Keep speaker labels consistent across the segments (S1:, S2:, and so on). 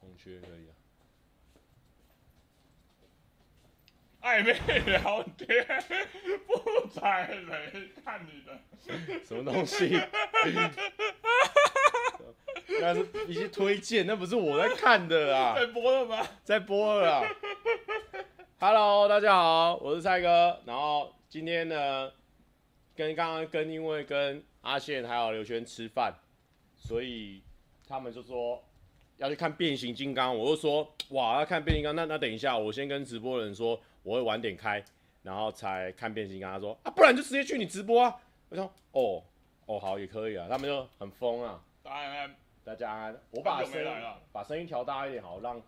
S1: 红区也可以啊。暧昧聊天，不睬人，看你的。
S2: 什么东西？ 那是一些推荐，那不是我在看的啊啦，
S1: 在播了吗？
S2: 在播了 啦。Hello，大家好，我是蔡哥。然后今天呢，跟刚刚跟因为跟阿宪还有刘轩吃饭，所以他们就说要去看变形金刚，我就说哇要看变形金刚，那那等一下我先跟直播人说我会晚点开，然后才看变形金刚。他说啊，不然就直接去你直播啊。我说哦哦好也可以啊，他们就很疯啊。
S1: 答案
S2: 大家安安，我把
S1: 很久
S2: 声
S1: 没
S2: 音
S1: 来了
S2: 把声音调大一点，好让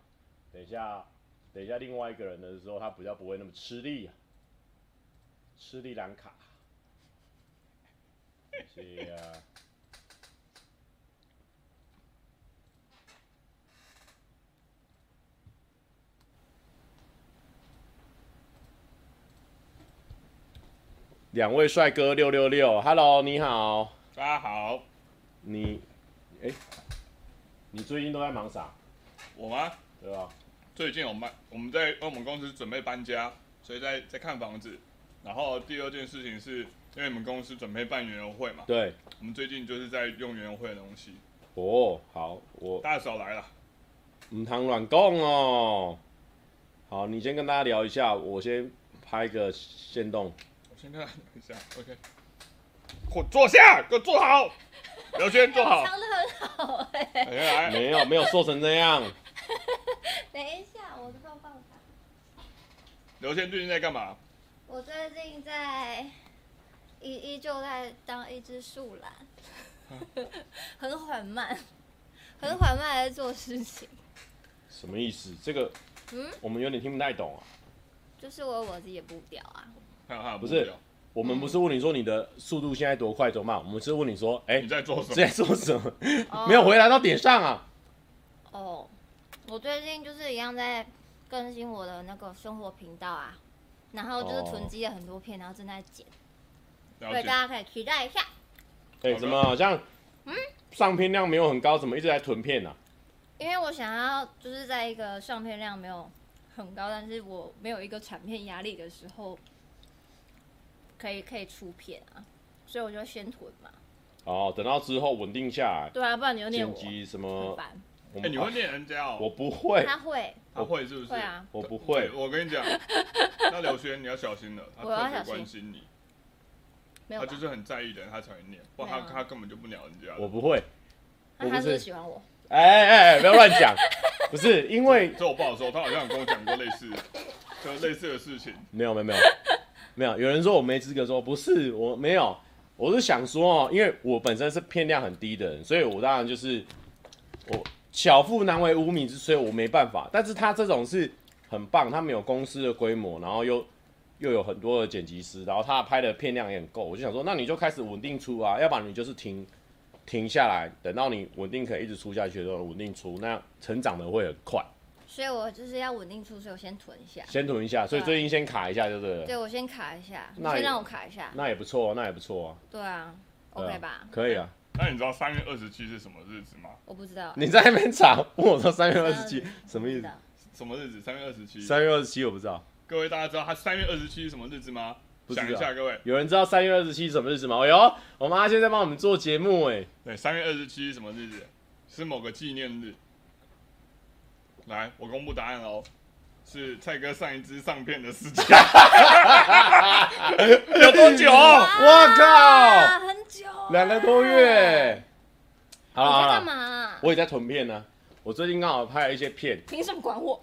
S2: 等一下等一下另外一个人的时候，他比较不会那么吃力、啊。吃力兰卡，谢谢啊。两位帅哥六六六，Hello，你好，
S1: 大家好，
S2: 你，哎、你最近都在忙啥？
S1: 我吗？
S2: 对吧？
S1: 最近我们我们在为我们公司准备搬家，所以在在看房子。然后第二件事情是因为我们公司准备办园游会嘛，
S2: 对，
S1: 我们最近就是在用园游会的东西。
S2: 哦，好，我
S1: 大嫂来了，
S2: 唔通乱讲哦。好，你先跟大家聊一下，我先拍个线动。
S1: 我先看一下，OK，给我坐下，给我坐好，刘 轩坐 好，
S3: 哎唱的很好哎、
S1: 来来来，
S2: 没有，没有瘦成这样。
S3: 等一下，我没有办法。
S1: 刘轩最近在干嘛？
S3: 我最近在依依旧在当一只树懒，很缓慢，很缓慢地在做事情。
S2: 什么意思？这个，
S3: 嗯
S2: 我们有点听不太懂啊。
S3: 就是我有我自己的步调啊，
S1: 看看
S2: 不是我
S1: 嗯
S2: 们不是问你说你的速度现在多快多慢，我们是问你说，哎、
S1: 你在做什
S2: 是
S1: 么？
S2: 在做什么？
S3: 哦
S2: 没有回答到点上啊。
S3: 哦。我最近就是一样在更新我的那个生活频道啊，然后就是囤积了很多片，然后正在剪，
S1: 了
S3: 所以
S1: 解
S3: 大，家可以期待一下。
S2: 哎、
S1: 好的嗯
S2: 怎么好像上片量没有很高，怎么一直在囤片呢、啊？
S3: 因为我想要就是在一个上片量没有很高，但是我没有一个产片压力的时候，可以可以出片啊，所以我就先囤嘛。
S2: 哦，等到之后稳定下来，
S3: 对啊，不然你就念
S2: 剪
S3: 我
S2: 辑哦什
S3: 很
S2: 么？
S3: 烦。
S2: 我
S1: 哎、
S2: 们
S1: 你会念人家哦？
S2: 我不会，
S3: 他会，
S1: 他会是不是？
S3: 会啊
S2: 我不会
S1: 对。我跟 你讲，那刘轩你要小心了，他
S3: 我要
S1: 特别
S3: 小心
S1: 关心你，
S3: 没有
S1: 他
S3: 吧？
S1: 就是很在意的人，他才会念，不然
S3: 没有
S1: 他
S3: 啊
S1: 他根本就不啊鸟人家
S2: 我
S1: 的。
S2: 不会。
S3: 那他是不
S2: 我不是
S3: 是喜欢我？
S2: 哎哎哎，不要乱讲， 不是因为
S1: 这我不好说，他好像有跟我讲过类似， 就类似的事情。
S2: 没有没有没有没有，有人说我没资格说，不是我没有，我是想说哦，因为我本身是片量很低的人，所以我当然就是我小富难为无米之炊，我没办法。但是他这种是很棒，他们有公司的规模，然后又又有很多的剪辑师，然后他拍的片量也很够，我就想说，那你就开始稳定出啊，要不然你就是停。停下来，等到你稳定可以一直出下去的时候，稳定出，那成长的会很快。
S3: 所以我就是要稳定出，所以我先囤一下。
S2: 先囤一下，所以
S3: 对啊
S2: 最近先卡一下，对不对？
S3: 对，我先卡一下，你
S2: 那
S3: 先
S2: 也
S3: 让我卡一下。
S2: 那也不错，那也不错啊。
S3: 对啊
S2: 对
S3: ，OK
S2: 啊
S3: 吧？
S2: 可以啊。
S1: 那你知道三月二十七是什么日子吗？
S3: 我不知道，
S2: 你在那边查，问我说三月二十
S3: 知
S2: 七
S3: 道
S2: 什么意
S3: 不知
S2: 思
S3: 道？
S1: 什么日子？三月二十七。
S2: 三月二十七我不知道，
S1: 各位大家知道他三月二十七是什么日子吗？
S2: 不知道
S1: 想一下，各位，
S2: 有人知道三月二十七什么日子吗？哎呦，我妈现在帮我们做节目哎、
S1: 对，三月二十七是什么日子？是某个纪念日。来，我公布答案喽，是蔡哥上一支上片的时间。有多久？
S2: 我靠，
S3: 啊，很久啊，
S2: 两个多月。好了
S3: 你
S2: 好
S3: 在干
S2: 了，
S3: 嘛啊？
S2: 我也在囤片呢、我最近刚好拍了一些片，
S3: 凭什么管我？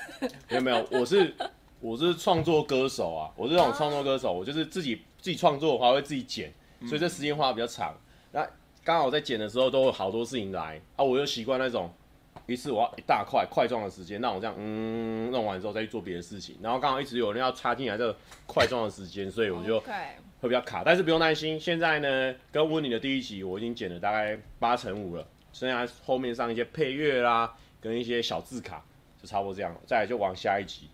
S2: 没有没有，我是我是创作歌手啊，我是这种创作歌
S3: 哦
S2: 手，我就是自己自己创作的话会自己剪，
S3: 嗯
S2: 所以这时间花比较长。那刚好在剪的时候都有好多事情来啊，我又习惯那种一次我要一大块块状的时间，让我这样嗯弄完之后再去做别的事情，然后刚好一直有人要插进来这个块状的时间，所以我就
S3: OK
S2: 会比较卡，但是不用担心。现在呢，跟温妮的第一集我已经剪了大概八成五了，剩下后面上一些配乐啦，跟一些小字卡，就差不多这样了。再来就往下一集，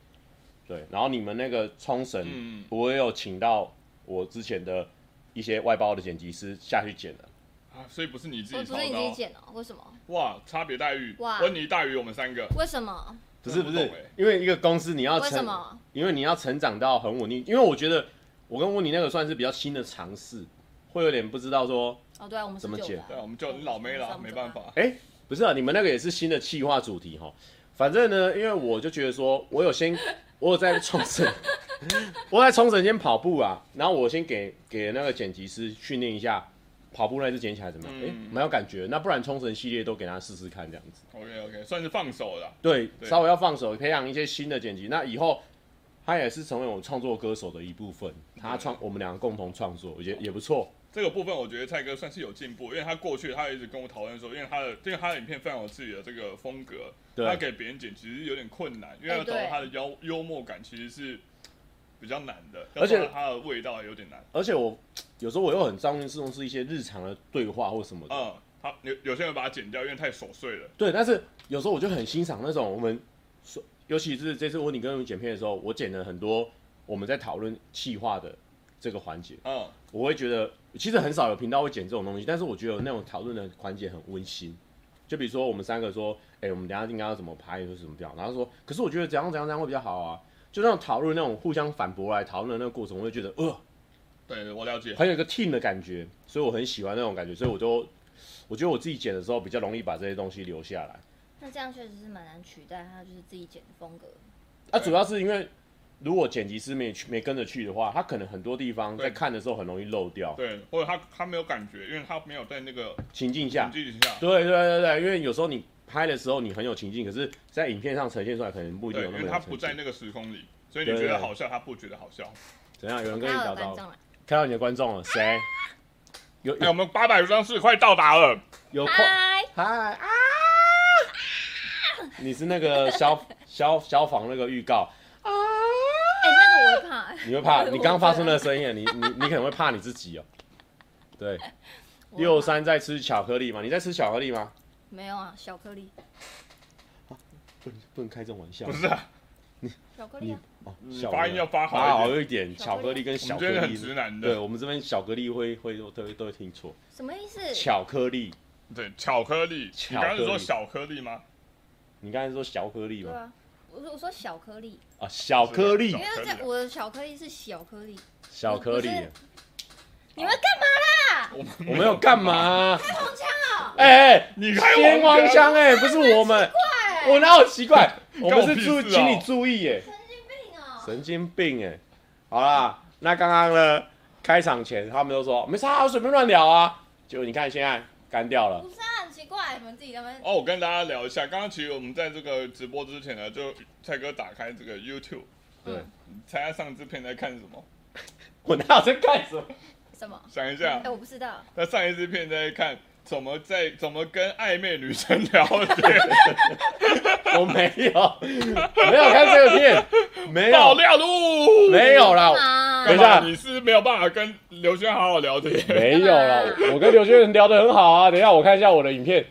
S2: 对。然后你们那个冲绳，
S1: 嗯，
S2: 我也有请到我之前的一些外包的剪辑师下去剪了，
S1: 啊，所以不是你自
S3: 我
S1: 己
S3: 不
S1: 操
S3: 是你自己
S1: 刀。啊
S3: 剪哦？为什么？
S1: 哇，差别待遇，
S3: 哇啊
S1: 温妮大于我们三个，
S3: 为什么？
S2: 不是
S1: 真的
S2: 不
S1: 不
S2: 是
S1: 懂欸，
S2: 因为一个公司你要
S3: 为什
S2: 成，
S3: 么？
S2: 因为你要成长到很稳定。因为我觉得我跟温妮那个算是比较新的尝试，会有点不知道说，
S3: 哦，对啊，我们是
S2: 怎么
S3: 九
S2: 剪
S3: 的啊
S1: 对啊，我们叫你老妹啦，没办。法。
S2: 哎、不是啊，你们那个也是新的企划主题哈。反正呢，因为我就觉得说，我有先， 我有在冲绳， 我在冲绳先跑步啊，然后我先给给那个剪辑师训练一下跑步那支剪起来怎么样？哎、
S1: 嗯
S2: 蛮有感觉。那不然冲绳系列都给他试试看这样子。
S1: OK OK，算是放手了啦。
S2: 对，
S1: 对
S2: 稍微要放手，培养一些新的剪辑。那以后他也是成为我创作歌手的一部分，他
S1: 嗯
S2: 创我们两个共同创作，我觉得也不错。
S1: 这个部分我觉得蔡哥算是有进步，因为他过去他一直跟我讨论说，因为他的因为他的影片非常有自己的这个风格，
S2: 对
S1: 他给别人剪其实有点困难，因为要
S3: 哎对
S1: 找到他的幽幽默感其实是比较难的，
S2: 而且
S1: 要找到他的味道有点难。
S2: 而且我有时候我又很重视重视一些日常的对话或什么的。
S1: 嗯，他有有些人把它剪掉，因为太琐碎了。
S2: 对，但是有时候我就很欣赏那种我们说，尤其是这次我你跟我们剪片的时候，我剪了很多我们在讨论气化的这个环节，
S1: 嗯，
S2: 我会觉得其实很少有频道会剪这种东西，但是我觉得有那种讨论的环节很温馨。就比如说我们三个说，哎、我们等一下应该要怎么拍，说怎么样，然后说，可是我觉得怎样怎样怎样会比较好啊。就那种讨论那种互相反驳来讨论的那个过程，我会觉得呃，
S1: 对，我了解。
S2: 很有一个 team 的感觉，所以我很喜欢那种感觉，所以我就我觉得我自己剪的时候比较容易把这些东西留下来。
S3: 那这样确实是蛮难取代，他就是自己剪的风格。
S2: 啊，
S1: 对
S2: 主要是因为如果剪辑师没去没跟着去的话，他可能很多地方在
S1: 对
S2: 看的时候很容易漏掉
S1: 对，或者他他没有感觉，因为他没有在那个
S2: 情境下
S1: 情。境下，
S2: 对对对对，因为有时候你拍的时候你很有情境，可是在影片上呈现出来可能不一定
S1: 对，
S2: 有
S1: 因
S2: 那
S1: 为
S2: 么
S1: 他
S2: 有
S1: 不
S2: 情
S1: 在
S2: 境。
S1: 那个时空里，所以你觉得好笑，他不觉得好笑。
S2: 怎样？有人跟你
S3: 他
S2: 聊
S3: 有啊
S2: 到
S3: 观众了，
S2: 看到你的观众了，谁？有
S1: 哎、
S2: 有
S1: 我们八百张是快到 达了，
S2: 有空？
S3: 嗨，哎
S2: 嗨啊！你是那个消消消防那个预告，
S3: 哎，那个我会怕，
S2: 你会 怕？你刚发出那个声音，啊你你你可能会怕你自己哦。对，
S3: 我会怕
S2: 六三在吃巧克力吗？你在吃巧克力吗？
S3: 没有啊，小颗粒，
S2: 不能不能开这种玩笑，
S1: 不是啊，
S3: 小颗
S2: 你
S3: 粒啊，
S2: 哦，
S1: 你
S2: 小
S1: 发音
S2: 的
S1: 要发好一
S2: 发
S1: 点
S2: 好一点，
S3: 巧
S2: 巧
S3: 克力
S2: 克力跟
S1: 我
S2: 小
S1: 们
S2: 克
S1: 真的很
S2: 力，
S1: 直男
S2: 对
S1: 的，
S2: 我们这边巧克力会会都都会都会听错，
S3: 什么意思？
S2: 巧克力，
S1: 对，巧克力，你
S2: 巧克力
S1: 刚刚是说小颗粒吗？
S2: 你刚才说小颗粒
S3: 对
S2: 吗？
S3: 啊，我说我说小颗粒，
S2: 啊，小颗粒啊
S1: 是
S3: 因为
S1: 的，小颗粒
S3: 这我的小颗粒是小颗粒，
S2: 小颗粒
S3: 不，是你们干嘛？
S1: 我们
S2: 我们有干？嘛？
S3: 红枪哦，
S2: 哎哎，
S1: 你开
S2: 天
S1: 黄
S2: 王枪哎，不是我们，
S3: 哎
S2: 我哪有奇 怪？我
S1: 干我
S2: 们
S1: 屁
S2: 是注，
S1: 事
S2: 请你
S1: 哦
S2: 注意哎，
S3: 神经病哦！
S2: 神经病哎！好啦，那刚刚呢？开场前他们都说没啥，随便乱聊啊。结果你看现在干掉了
S3: 不。是啊，很奇怪，你们自己在那边
S1: 哦，我跟大家聊一下，刚刚其实我们在这个直播之前呢，就蔡哥打开这个 YouTube，
S2: 对，
S1: 你猜他上支片在看什么？
S2: 我哪有在干什么？
S3: 什么？
S1: 想一下
S3: 哎，，我不知道，
S1: 他上一支片在看怎么在怎么跟暧昧女生聊天，
S2: 我没有，没有看这个片， 没
S1: 爆
S2: 有，
S1: 料喽，
S2: 没有啦，
S3: 啊
S2: 等一
S1: 干嘛，
S2: 下
S1: 你是没有办法跟刘轩好好聊天。
S2: 没有啦。我跟刘轩仁聊得很好啊，等一下我看一下我的影片，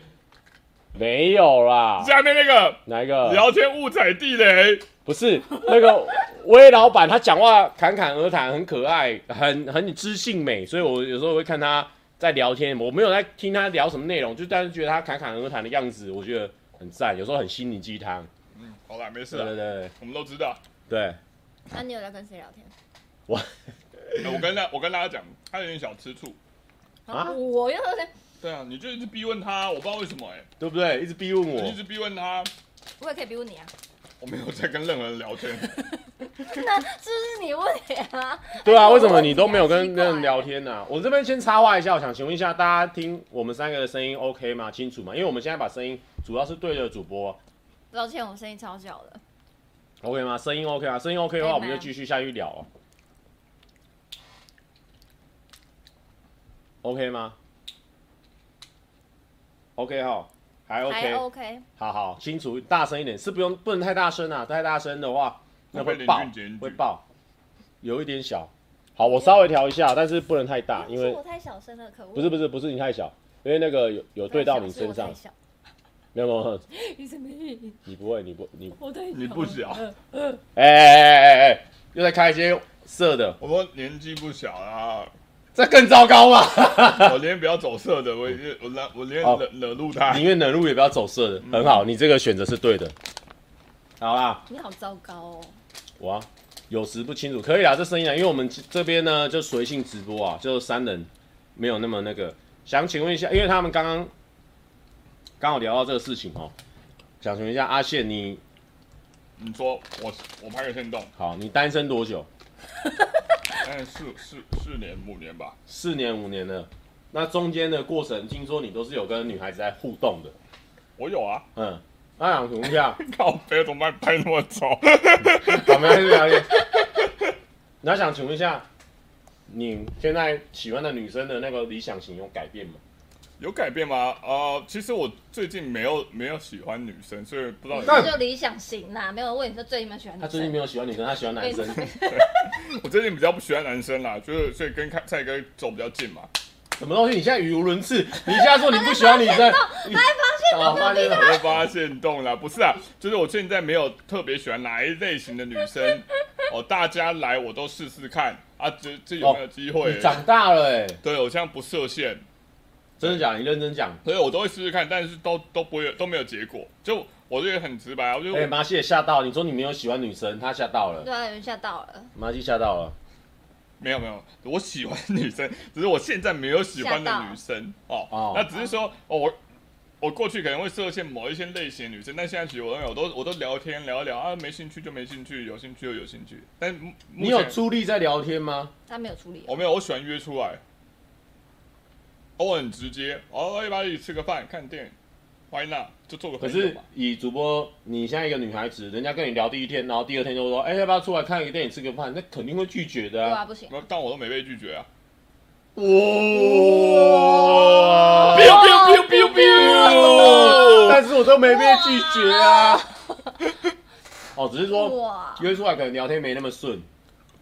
S2: 没有啦。
S1: 下面那个
S2: 哪一个？
S1: 聊天误踩地雷，
S2: 不是那个威老板，他讲话侃侃而谈，很可爱，很很知性美，所以我有时候会看他在聊天，我没有在听他聊什么内容，就但是觉得他侃侃而谈的样子，我觉得很赞，有时候很心灵鸡汤。
S1: 嗯，好啦，没事
S2: 对
S1: 啦
S2: 对对
S1: 我们都知道。
S2: 对，
S3: 那你有在跟谁聊天？
S1: 哎我跟大我跟大家讲，他有点小吃醋。
S3: 哦
S2: 啊
S3: 我又在，
S1: 对啊，你就一直逼问他，我不知道为什么哎、
S2: 对不对？一直逼问
S1: 你
S2: 我
S1: 一，直逼问他，
S3: 我也可以逼问你啊，
S1: 我没有在跟任何人聊天。
S3: 那是不是你问题啊？
S2: 对啊，
S3: 哎
S2: 为什么你都没有跟
S3: 我
S2: 跟人聊天呢、啊我这边先插话一下，我想请问一下，大家听我们三个的声音 OK 吗？清楚吗？因为我们现在把声音主要是对着主播
S3: 抱歉，我声音超小的。
S2: ，OK 吗？声音 OK 吗？声音 OK 的话，
S3: 可
S2: 我
S3: 以吗
S2: 们就继续下去聊、哦。OK 吗？OK 哈，还 OK，,
S3: 还 OK，
S2: 好好清楚，大声一点，是不用不能太大声啊，太大声的话 那
S1: 会
S2: 会
S1: 被
S2: 爆
S1: 邻居检举，
S2: 会爆，有一点小。好，我稍微调一下，但是不能太大，因为
S3: 是我太小声了，可恶。
S2: 不是不是不是你太小，因为那个有有对到你身上，没有没有没有，
S3: 你什么意思？
S2: 你不会你不你，
S3: 我太小了
S1: 你不小，
S2: 哎哎哎哎哎，又在开一些色的，
S1: 我说年纪不小啦、
S2: 这更糟糕啊吧？
S1: 我宁愿不要走色 的，我也我惹我宁愿
S2: 好
S1: 惹惹怒他
S2: 宁。愿冷路也不要走色的，嗯很好，你这个选择是对的。好啦，
S3: 你好糟糕哦，
S2: 我啊有时不清楚，可以啦，这声音啊，因为我们这这边呢就随性直播啊，就三人没有那么那个。想请问一下，因为他们刚刚刚好聊到这个事情哦，想请问一下阿宪，你
S1: 你说我我拍个行动，
S2: 好，你单身多久？
S1: 哎，四四四年五年吧，
S2: 四年五年了，那中间的过程，听说你都是有跟女孩子在互动的，
S1: 我有啊。
S2: 嗯，那想请问一下，
S1: 靠背怎么办？拍那么丑？
S2: 我们还是聊一点。那想请问一下，你现在喜欢的女生的那个理想型有改变吗？
S1: 有改变吗？呃，其实我最近没有没有喜欢女生，所以不知道有没有。
S2: 但
S3: 这就理想型啦，没有问你说最近有没有喜欢
S2: 他
S3: 女
S2: 最近
S3: 生
S2: 没。有喜欢女生，他喜欢男生。
S1: 我最近比较不喜欢男生啦，就是所以跟蔡蔡哥走比较近嘛。
S2: 什么东西？你现在语无伦次，你现在说你不喜欢女生，你哦发现
S1: 我
S2: 了
S1: 会发现动啦，不是啊，就是我现在没有特别喜欢哪一类型的女生哦，大家来我都试试看啊，这这有没有机会？
S2: 哦你长大了哎、
S1: 对我现在不设限，
S2: 真的假的？你认真讲。
S1: 所以我都会试试看，但是都都不会有都没有结果，就我这个很直白啊，我就、
S2: 哎、麻西也吓到，你说你没有喜欢女生，他吓到了
S3: 对，啊，有人吓到了，
S2: 麻西吓到了。
S1: 没有没有，我喜欢女生，只是我现在没有喜欢的
S3: 吓到
S1: 女生哦。
S2: 哦
S1: 那只是说，哦，我我过去可能会设限某一些类型的女生，但现在其实我都有，我都我都聊天聊一聊啊，没兴趣就没兴趣，有兴趣就有兴趣。但目
S2: 你有
S1: 目前
S2: 助力在聊天吗？
S3: 他没有处理。
S1: 我没有，我喜欢约出来，哦我很直接，哦，要不要一起吃个饭、看电影？Why not？就做个
S2: 可
S1: 朋友
S2: 是
S1: 嘛。
S2: 以主播，你现在一个女孩子，人家跟你聊第一天，然后第二天就说，哎、要不要出来看个电影、吃个饭？那肯定会拒绝的、
S3: 对
S2: 啊
S3: 啊，。不行
S1: 没。有但我都没被拒绝啊。
S2: 哇！
S1: biu biu biu biu biu。
S2: 但是我都没被拒绝啊。 哦，只是说
S3: 哇，
S2: 约出来可能聊天没那么顺。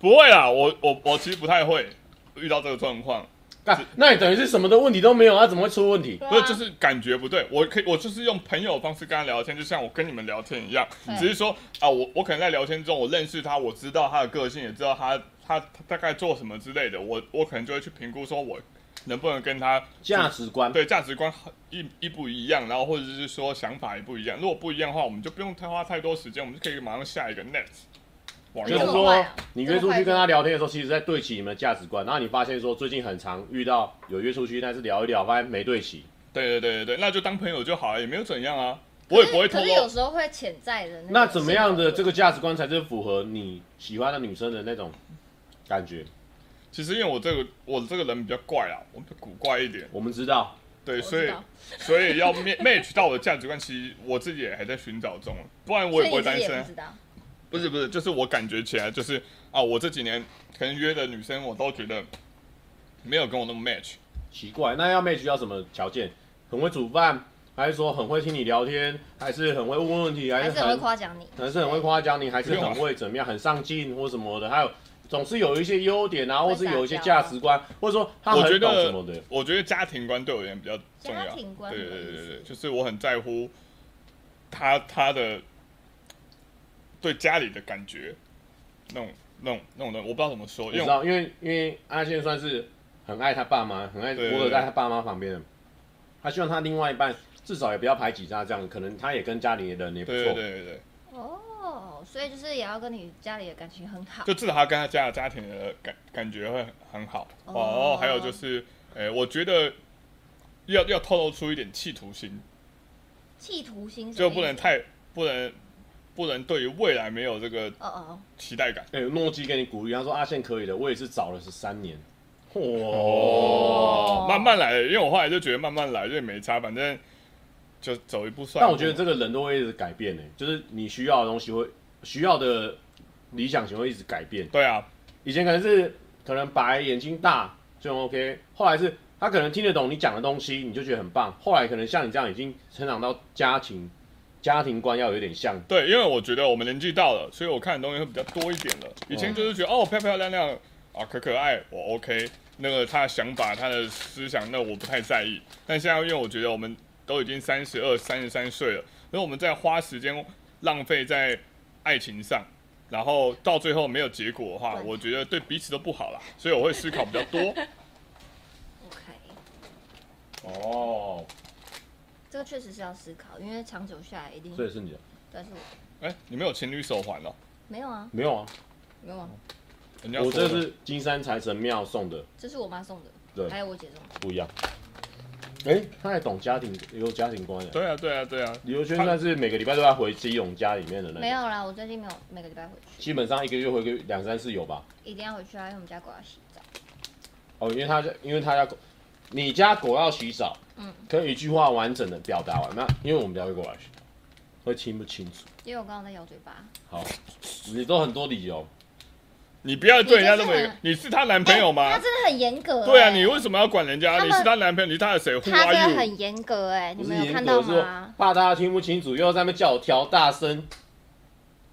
S1: 不会啦，我我我其实不太会遇到这个状况。
S2: 干，那你等于是什么的问题都没有，那怎么会出问题？
S3: 对啊
S1: 不是，就是感觉不对。我可以，我就是用朋友的方式跟他聊天，就像我跟你们聊天一样，
S3: 对
S1: 只是说啊，我我可能在聊天中，我认识他，我知道他的个性，也知道他他他大概做什么之类的，我我可能就会去评估，说我能不能跟他
S2: 价值观。
S1: 对价值观很一一不一样，然后或者是说想法也不一样。如果不一样的话，我们就不用太花太多时间，我们就可以马上下一个 next 网
S2: 就是
S1: 友。
S2: 说，你约出去跟他聊天的时候，其实在对齐你们的价值观，然后你发现说最近很常遇到有约出去，但是聊一聊发现没对齐，
S1: 对对对对对，那就当朋友就好了，也没有怎样啊，我也不会
S3: 可是
S1: 透
S3: 可是有
S1: 露。
S3: 时候会潜在的个
S2: 那怎么样
S3: 性
S2: 的
S3: 格
S2: 这个价值观才是符合你喜欢的女生的那种感觉？
S1: 其实因为我这个我这个人比较怪啊，我比较古怪一点。
S2: 我们知道，
S1: 对，
S3: 我
S1: 所
S3: 知
S1: 以
S3: 道
S1: 所以要 ma- match 到我的价值观，其实我自己也还在寻找中，不然我
S3: 所
S1: 也
S3: 以
S1: 不
S3: 你
S1: 会
S3: 自
S1: 单
S3: 己也
S1: 身
S3: 不
S1: 啊
S3: 知。道，
S1: 不是不是，就是我感觉起来就是啊，我这几年可能约的女生，我都觉得没有跟我那么 match。
S2: 奇怪，那要 match 要什么条件？很会煮饭，还是说很会听你聊天，还是很会问问题，还
S3: 还
S2: 是
S3: 是我会
S2: 很
S3: 夸奖你。
S2: 还是很会夸奖你，还是
S1: 啊
S2: 很会怎么样，很上进或什么的，还有总是有一些优点啊，或是有一些价值观，或者说他
S1: 我觉
S2: 很懂
S1: 得
S2: 什么的。
S1: 我觉得家庭观对我而言比较重要。
S3: 家庭观
S1: 对
S3: 什么
S1: 对对
S3: 意
S1: 对
S3: 思
S1: 对，就是我很在乎他他的对家里的感觉，那种那种那种的，我不知道怎么说，
S2: 你知
S1: 因为
S2: 道，因为因为阿宪算是很爱他爸妈，很爱
S1: 对对
S2: 我有在他爸妈旁边的，他希望他另外一半至少也不要排挤他，这样可能他也跟家里人也不
S1: 对
S2: 错。
S1: 对对对对，
S3: 哦，所以就是也要跟你家里的感情很 好。
S1: 就至少他跟他家的家庭的感感觉会很很好哦。
S3: 哦
S1: 然后还有就是，诶、我觉得要要透露出一点企图心，
S3: 企图心什么
S1: 就
S3: 意思
S1: 不能太不能不能对于未来没有这个
S3: 哦哦，
S1: 期待感。
S2: 哎，诺基给你鼓励，他说阿宪可以的，我也是找了十三年。哇、
S1: 哦，慢慢来，因为我后来就觉得慢慢来，就也没差，反正就走一步算一步。
S2: 但我觉得这个人都会一直改变呢、欸就是你需要的东西会需要的理想型会一直改变。
S1: 对啊，
S2: 以前可能是可能白眼睛大就很 OK，后来是他可能听得懂你讲的东西，你就觉得很棒。后来可能像你这样已经成长到家庭家庭观要有点像，
S1: 对，因为我觉得我们年纪到了，所以我看的东西会比较多一点了。以
S3: 嗯
S1: 前就是觉得哦，漂漂亮亮啊，可可爱，我 OK。那个他的想法、他的思想，那我不太在意。但现在，因为我觉得我们都已经三十二、三十三岁了，那我们在花时间浪费在爱情上，然后到最后没有结果的话，
S3: 对
S1: 我觉得对彼此都不好啦。所以我会思考比较多，
S2: 哦，
S3: 这个确实是要思考，因为长久下来一定
S2: 所。以是你的
S3: 但是我
S1: 哎、你们有情侣手环哦、
S3: 没有啊，
S2: 没有啊？
S3: 没有啊，
S1: 人家
S2: 我这
S1: 说的
S2: 是金山财神庙送的，
S3: 这是我妈送的，
S2: 对
S3: 还有我姐送的。
S2: 不一样。哎、他还懂家庭，有家庭观的。
S1: 对啊，对啊，对啊，
S2: 李游轩算是每个礼拜都要回基隆家里面的那
S3: 没
S2: 个，
S3: 有啦，我最近没有每个礼拜回去，
S2: 基本上一个月回个两三次有吧？
S3: 一定要回去啊，因为我们家狗要洗澡。
S2: 哦，因为他因为他家狗，你家狗要洗澡，
S3: 嗯，
S2: 可以一句话完整的表达完。那因为我们家会过来洗澡，会听不清楚。
S3: 因为我刚刚在咬嘴巴，
S2: 好，你都很多理由，
S1: 你不要对人家
S3: 你
S1: 那
S3: 真
S1: 么
S3: 是
S1: 严，你是她男朋友吗？
S3: 他真的很严格欸、
S1: 对啊，你为什么要管人家？
S3: 他们
S1: 你是她男朋友，你是她的谁？Who
S3: 他真
S1: are
S3: 的
S1: you？
S3: 很严格哎、
S2: 不
S3: 你
S2: 是
S3: 们有
S2: 严
S3: 看
S2: 格
S3: 到
S2: 是我
S3: 吗？
S2: 怕大家听不清楚，又在那边叫我调大声。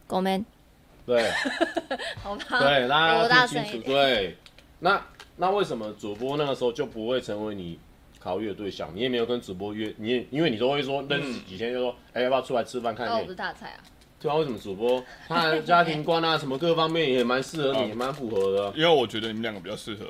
S3: 狗 man，
S2: 对
S3: 好吧，
S2: 对，大
S3: 我大
S2: 家
S3: 声
S2: 听
S3: 一点
S2: 清楚。对，那那为什么主播那个时候就不会成为你考虑的对象？你也没有跟主播约，你也因为你都会说认识几天就说，哎、要不要出来吃饭看
S3: 嗯哦，我
S2: 电
S3: 不
S2: 影
S3: 是？大菜啊，
S2: 对啊，为什么主播他的家庭观啊，什么各方面也蛮适合
S1: 哦
S2: 你，也蛮符合的啊。
S1: 因为我觉得你们两个比较适合。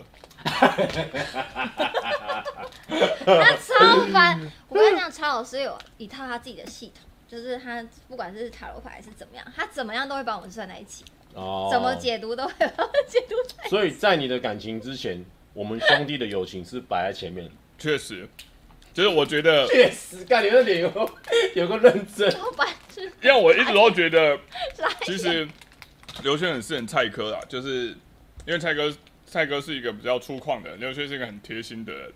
S3: 他超烦。我跟你讲，曹老师有一套他自己的系统，就是他不管是塔罗牌还是怎么样，他怎么样都会把我们算在一起，
S2: 哦，
S3: 怎么？解读都会把我们解读在
S2: 所以在你的感情之前，我们兄弟的友情是摆在前面。
S1: 确实，就是我觉 得，
S2: 确实，感觉的脸有个有个认真。
S3: 老板是
S1: 因为我一直都觉得，
S3: 来
S1: 其实刘轩很适合蔡哥啦，就是因为蔡哥蔡哥是一个比较粗犷的人，刘轩是一个很贴心的人，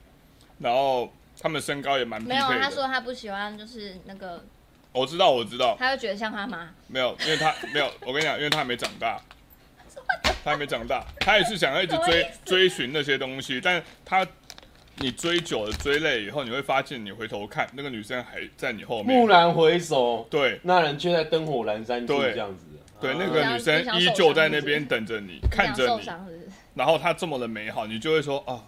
S1: 然后他们身高也蛮匹
S3: 没有，
S1: 配
S3: 他
S1: 的。
S3: 说他不喜欢，就是那个，
S1: 我知道，我知道，
S3: 他会觉得像他妈。
S1: 没有，因为他没有，我跟你讲，因为他还没长 大，他还没长大，他也是想要一直
S3: 什么意
S1: 追追寻那些东西，但他你追久了追累以后，你会发现你回头看那个女生还在你后
S2: 蓦
S1: 面，
S2: 然回首，
S1: 对
S2: 那人却在灯火阑珊处
S1: 对
S2: 这样子。
S1: 对，
S3: 哦
S2: 啊
S1: 那个女生依旧在那边等着你，看
S3: 你想
S1: 着
S3: 受
S1: 你，
S3: 伤是不是？
S1: 然后她这么的美好，你就会说啊，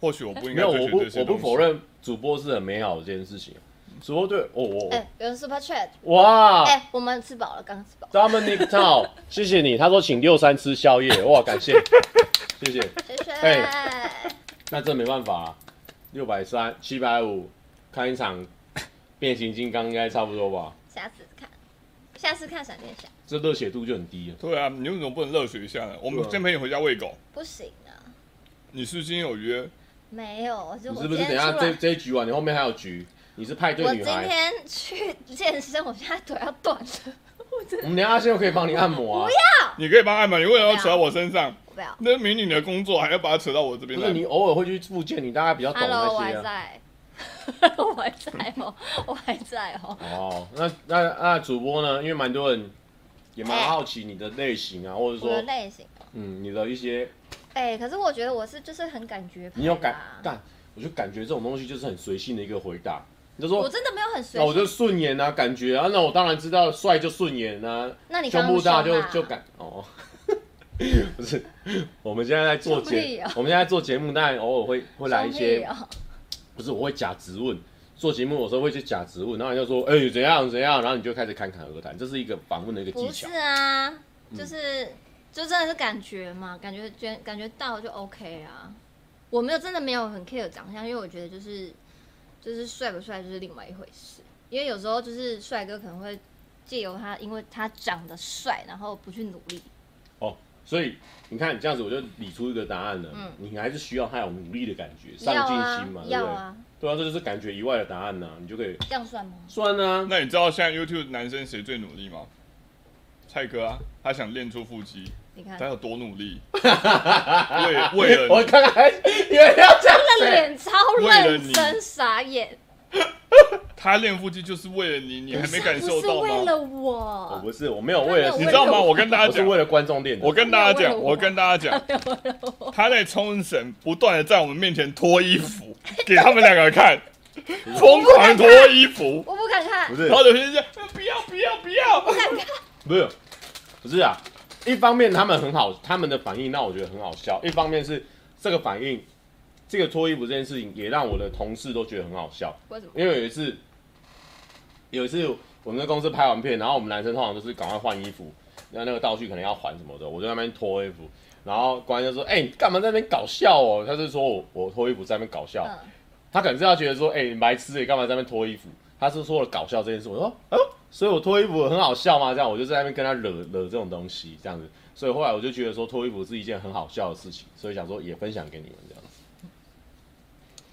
S1: 或许我不应
S2: 没
S1: 该
S2: 有，
S1: 追
S2: 我
S1: 寻
S2: 不
S1: 这些
S2: 我不
S1: 东西。
S2: 否认主播是很美好的这件事情。主播对，我我
S3: 哎、有人 super chat，
S2: 哇
S3: 哎、我们吃饱了，刚吃饱，
S2: ，Dominic Tao，谢谢你。他说请六三吃宵夜，哇，感谢，谢谢。
S3: 谢谢。
S2: 哎那这没办法、啊，六百三、七百五，看一场变形金刚应该差不多吧？
S3: 下次看，下次看闪电侠
S2: 这热血度就很低了。
S1: 对啊，你为什么不能热血一下呢？我们
S2: 对啊
S1: 先陪你回家喂狗。
S3: 不行啊，
S1: 你是不是今天有约，
S3: 没有，就
S2: 你
S3: 我
S2: 是
S3: 今
S2: 不是
S3: 天
S2: 等
S3: 出
S2: 一下这
S3: 来，
S2: 这一局完，你后面还有局？你是派
S3: 我
S2: 对女
S3: 今
S2: 孩，
S3: 天去健身，我现在腿要断了，我真
S2: 我
S3: 的
S2: 们等一下现在可以帮你按 摩啊。
S1: 你可以帮艾玛，你为什么要扯到我身上？
S3: 不
S2: 哦
S3: 要。
S1: 那迷你的工作还要把它扯到我这边
S2: 不
S1: 来
S2: 是？你偶尔会去复健，你大概比较懂
S3: Hello，我
S2: 那
S3: 还
S2: 些、啊。
S3: 在，我还在 哦，我还在哦。
S2: 哦，那那那主播呢？因为蛮多人也蛮好奇你的类型啊，或者
S3: 我的
S2: 说
S3: 类型，哦
S2: 嗯你的一些，
S3: 哎、可是我觉得我是就是很感觉派吧，
S2: 你有感
S3: 啊
S2: 干，我就感觉这种东西就是很随性的一个回答。你就
S3: 我
S2: 说
S3: 真的没有很随
S2: 那我
S3: 性。
S2: 就顺眼啊，感觉啊，那我当然知道帅就顺眼啊，
S3: 那你刚刚
S2: 胸部大
S3: 凶
S2: 就
S3: 啦
S2: 就感哦。不是，我们现在在做
S3: 胸屁
S2: 节
S3: 哦，
S2: 我们现在做节目，当然偶尔会会来一
S3: 兄弟
S2: 些，
S3: 哦
S2: 不是我会假质问。做节目有时候会去假质问，然后你就说哎、怎样怎样，然后你就开始侃侃而谈，这是一个访问的一个技
S3: 不
S2: 巧
S3: 是。啊，就是、就真的是感觉嘛，感觉觉感觉到就 OK 啊。我没有真的没有很 care 长相，因为我觉得就是就是帅不帅就是另外一回事。因为有时候就是帅哥可能会借由他，因为他长得帅，然后不去努力。
S2: 哦，所以你看你这样子，我就理出一个答案了。
S3: 嗯
S2: 你还是需要他有努力的感觉，
S3: 要
S2: 上进
S3: 啊
S2: 心嘛，，对
S3: 要
S2: 不对？
S3: 啊，
S2: 对啊，这就是感觉以外的答案呐、你就可以
S3: 这样算吗？
S2: 算啊。
S1: 那你知道现在 YouTube 男生谁最努力吗？蔡哥啊，他想练出腹肌，
S3: 你看，
S1: 他有多努 力？为 为了
S2: 我
S1: 你，
S2: 刚才以为要讲
S3: 他的
S2: 谁？
S3: 脸超认
S1: 为了你
S3: 真，傻眼，
S1: 他练腹肌就是为了你，你还没感受到
S3: 不是为
S1: 吗？
S3: 了
S2: 我
S3: 我，
S2: 不是，我没有为了
S3: 他没有为了
S1: 你知道吗？我跟大家
S2: 我是
S1: 讲，
S2: 为了观众练的
S1: 我。跟大家
S3: 他没有为了
S1: 讲，
S3: 我
S1: 我跟大家讲，他在冲绳不断的在我们面前脱 衣服，给他们两个看，疯狂脱衣服，
S3: 我不敢看
S2: 不，是
S1: 然，后有些人就不要不要不要，
S2: 不是，不是啊。一方面他们很好，他们的反应让我觉得很好笑；一方面是这个反应，这个脱衣服这件事情也让我的同事都觉得很好笑。
S3: 为什么？
S2: 因为有一次，有一次我们在公司拍完片，然后我们男生通常都是赶快换衣服，那那个道具可能要还什么的，我就在那边脱衣服，然后关就说：“哎、你干嘛在那边搞笑哦？”他就说我我脱衣服在那边搞笑，
S3: 嗯，
S2: 他可能是要觉得说，哎、你白痴，你干嘛在那边脱衣服？他是说了搞笑这件事，我说，哦，所以我脱衣服很好笑吗？这样我就在那边跟他惹惹这种东西，这样子。所以后来我就觉得说，脱衣服是一件很好笑的事情，所以想说也分享给你们这样。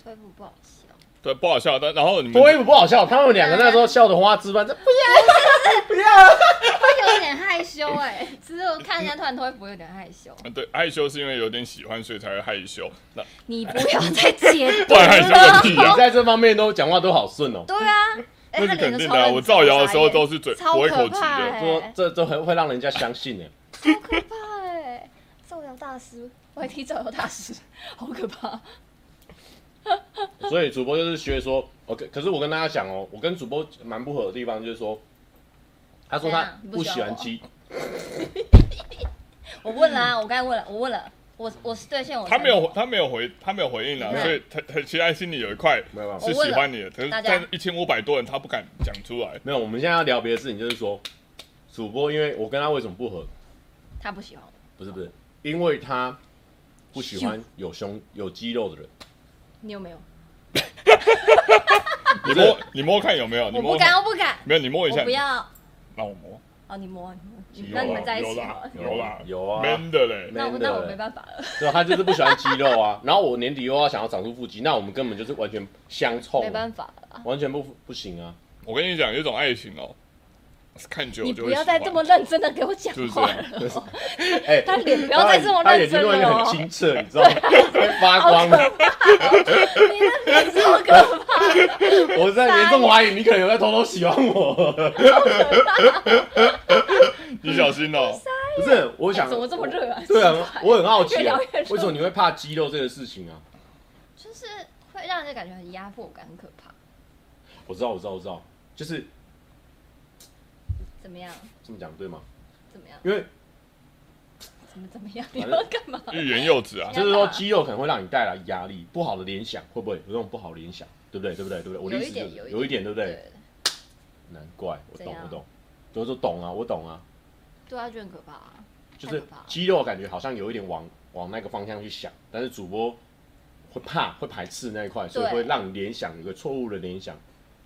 S3: 推不不好笑，
S1: 对，不好笑。但然后
S3: 嗯
S1: 你们
S2: 脱衣服不好笑，他们两个那时候笑得花枝乱颤，不
S3: 会有点害羞哎、 只是我看人家突然脱衣服有点害羞。
S1: 啊对害羞是因为有点喜欢，所以才会害羞。那
S3: 你不要再解
S1: 不
S3: 读
S1: 然害羞
S3: 了
S1: 个。屁
S2: 要。
S1: 啊
S2: 你！在这方面都讲话都好顺哦、
S3: 对啊，哎、
S1: 那
S3: 他
S1: 是
S3: 脸
S1: 肯
S3: 都
S1: 定
S3: 超
S1: 的啊、
S3: 冷
S1: 我造谣的时候都是嘴
S3: 超
S1: 不会口
S3: 可
S1: 急
S3: 怕
S1: 的。
S3: 哎、
S2: 说 这这很会让人家相信哦呢、
S3: 超可怕哎、造谣大师，我还听造谣大师， 好可怕。
S2: 所以主播就是学说，OK。可是我跟大家讲哦，我跟主播蛮不合的地方就是说，他
S3: 怎
S2: 说他
S3: 样你不
S2: 不
S3: 喜
S2: 喜
S3: 欢
S2: 欢
S3: 我
S2: 鸡，
S3: 我问了啊，我刚才问了，我问了，我我是兑现我
S1: 他没有，他没有回，他没有回应啊，
S3: 没有
S1: 所以他他其实他心里有一块
S2: 没有办法
S1: 是喜欢你的，可是
S3: 大家
S1: 但一千五百多人他不敢讲出来。
S2: 没有。我们现在要聊别的事情，就是说，主播因为我跟他为什么不合？
S3: 他不喜欢我。
S2: 不是不是，因为他不喜欢有胸有肌肉的人。
S3: 你有没有？
S1: 你摸你摸看有没有？你
S3: 我
S1: 摸
S3: 不
S1: 看
S3: 敢，我不敢，
S1: 没有你摸一下，
S3: 我不要。
S1: 让我摸。
S3: 哦，你摸，你摸你
S2: 有啊
S3: 那你们在一起好
S1: 有啦
S3: 了。
S1: 有啦
S2: 有啊
S1: ，man 的嘞。
S3: 那我
S2: man 的
S3: 那我没办法了，
S2: 对，啊他就是不喜欢肌肉啊。然后我年底又要想要长出腹肌，那我们根本就是完全相
S1: 哦
S2: 冲
S3: 没
S2: 啊，
S3: 办法了啦。
S2: 完全不不行啊。
S1: 我跟你讲，有一种爱情哦，是看久
S3: 你
S1: 了就
S3: 不
S1: 会喜
S3: 要
S1: 欢
S3: 再这么认真的给我讲
S1: 就是这
S3: 话
S1: 样
S3: 了，
S2: 哎、
S3: 他脸不要再这么
S2: 他眼
S3: 认
S2: 睛
S3: 真
S2: 都
S3: 了
S2: 很
S3: 哦。
S2: 清澈，你知道吗？会发光的。
S3: 你的脸超可怕， 哎
S2: 我在严重怀疑你可能有在偷偷喜欢我。
S1: 你小心哦。
S2: 不是，我想、
S3: 哎怎么这么热啊
S2: 对啊，我很好奇、
S3: 越
S2: 啊
S3: 聊越，热
S2: 为什么你会怕肌肉这个事情啊？
S3: 就是会让人家感觉很压迫感，很可怕。
S2: 我知道，我知道，我知道，就是
S3: 怎么样？
S2: 这么讲对吗？
S3: 怎么样？
S2: 因为
S3: 怎么怎么样？你要干嘛？
S1: 欲言又止啊，
S2: 就是说肌肉可能会让你带来压力，不好的联想会不会有这种不好的联想？对不对？对不对？对不对？我的意思就是
S3: 有一点
S2: 有一点，对不对？
S3: 对
S2: 难怪，我
S3: 怎
S2: 懂，
S3: 样
S2: 我懂，就是说懂啊，我懂啊，
S3: 对啊，就很可怕啊。
S2: 就
S3: 太
S2: 是
S3: 可怕了
S2: 肌肉感觉好像有一点往往那个方向去想，但是主播会怕，会排斥那一块，所以
S3: 对
S2: 会让你联想有个错误的联想，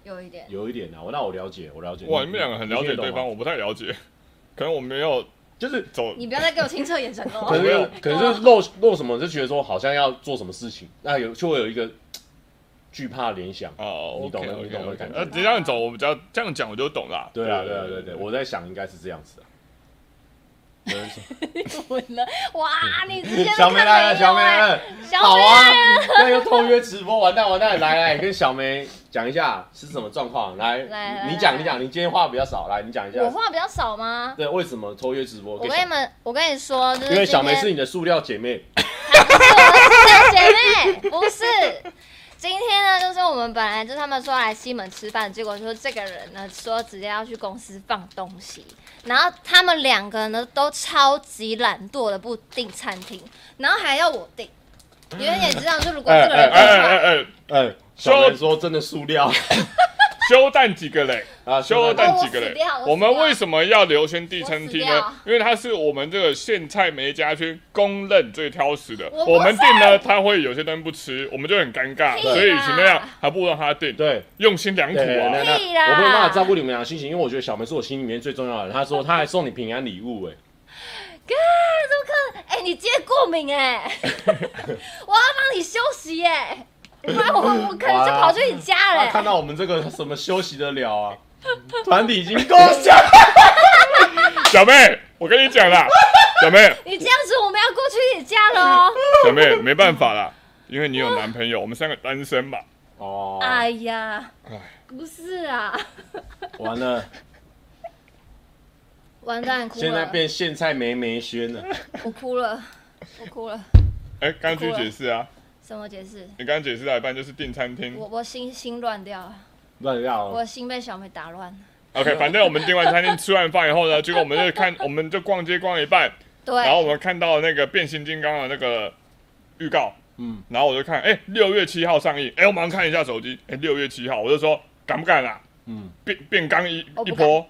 S3: 有一点，
S2: 有一点啊，我那我了解，我了解。
S1: 哇，你们两个很了解对方，
S2: 你听得懂吗，
S1: 我不太了解，可能我没有
S2: 就是
S1: 走
S3: 你不要再给我清澈眼神了
S2: 可
S3: 哦。
S2: 能有可能就是漏漏什么，就觉得说好像要做什么事情，那有就会有一个惧怕联想。
S1: 哦，
S2: 你懂的
S1: OK，OK，OK
S2: 你懂的感觉
S1: 呃，你这样走，我比较这样讲我就懂呃啦。
S2: 对啊，对啊，对啊对啊，我在想应该是这样子啊。有人说
S3: 稳了，哇！你直接都
S2: 嗯小梅
S3: 看
S2: 来
S3: 没
S2: 了，
S3: 有
S2: 小梅来
S3: 哎
S2: 了，
S3: 小
S2: 好
S3: 梅
S2: 啊，那又偷约直播，完蛋完蛋，来来跟小梅讲一下是什么状况，来，
S3: 来
S2: 你
S3: 来
S2: 讲
S3: 来
S2: 你讲，你今天话比较少，来你讲一下
S3: 我，话比较少吗？
S2: 对，为什么偷约直播？
S3: 我跟你们，我跟你说，就是
S2: 因为小梅
S3: 今
S2: 是
S3: 天
S2: 你的塑料姐妹，
S3: 姐妹，不是。今天呢，就是我们本来就是他们说来西门吃饭，结果说这个人呢说直接要去公司放东西，然后他们两个呢都超级懒惰的不订餐厅，然后还要我订。你们也知道，就如果这个人
S1: 哎哎哎
S3: 的话，
S1: 哎，
S2: 哎，小梅说真的塑料
S1: 修蛋几个嘞？
S2: 啊，
S1: 修
S3: 蛋
S1: 蛋几个
S3: 我死
S1: 嘞
S3: 掉我死？掉
S1: 我们为什么要留圈地餐厅
S3: 我死
S1: 呢
S3: 掉？
S1: 因为它是我们这个苋菜梅家圈公认最挑食的。
S3: 我不
S1: 我们订呢，他会有些东西不吃，我们就很尴尬，
S3: 屁啦
S1: 所以与其那样，还不如让他订。
S2: 对。
S1: 用心良苦
S2: 哎对，那
S1: 啊！
S2: 那
S3: 屁哎啦
S2: 我没有办法照顾你们俩的心情，因为我觉得小梅是我心里面最重要的人。她说她还送你平安礼物，哎，
S3: 哎、你今天过敏哎、我要帮你休息哎、不然我我可能就跑去你家了、
S2: 她看到我们这个她怎么休息得 了啊？团体已经够小，
S1: 小妹，我跟你讲啦， 小妹，
S3: 你这样子，我们要过去你家了哦。
S1: 小妹，没办法啦，因为你有男朋友，我们三个单身嘛。
S2: 哦，
S3: 哎呀
S1: 哎，
S3: 不是啊，
S2: 完了，
S3: 完蛋，哭
S2: 现在
S3: 了，
S2: 变苋菜梅梅轩了。
S3: 我哭了，我哭了。
S1: 哎，刚刚去解释啊，
S3: 什么解释？
S1: 你刚刚解释了一半，就是订餐厅。
S3: 我我心心乱掉了，
S2: 乱绕
S3: 我
S2: 哦，
S3: 的心被小妹打乱了。
S1: OK，反正我们订完餐厅吃完饭以后呢，结果我们就看， 我们就逛街逛一半，然后我
S3: 对，
S1: 们看到那个变形金刚的那个预告，
S2: 嗯，
S1: 然后我就看，哎、六月七号上映，哎、我马上看一下手机，哎、六月七号，我就说敢不敢啊？
S2: 嗯，
S1: 变变刚一
S3: 我
S1: 一
S3: 不敢
S1: 波，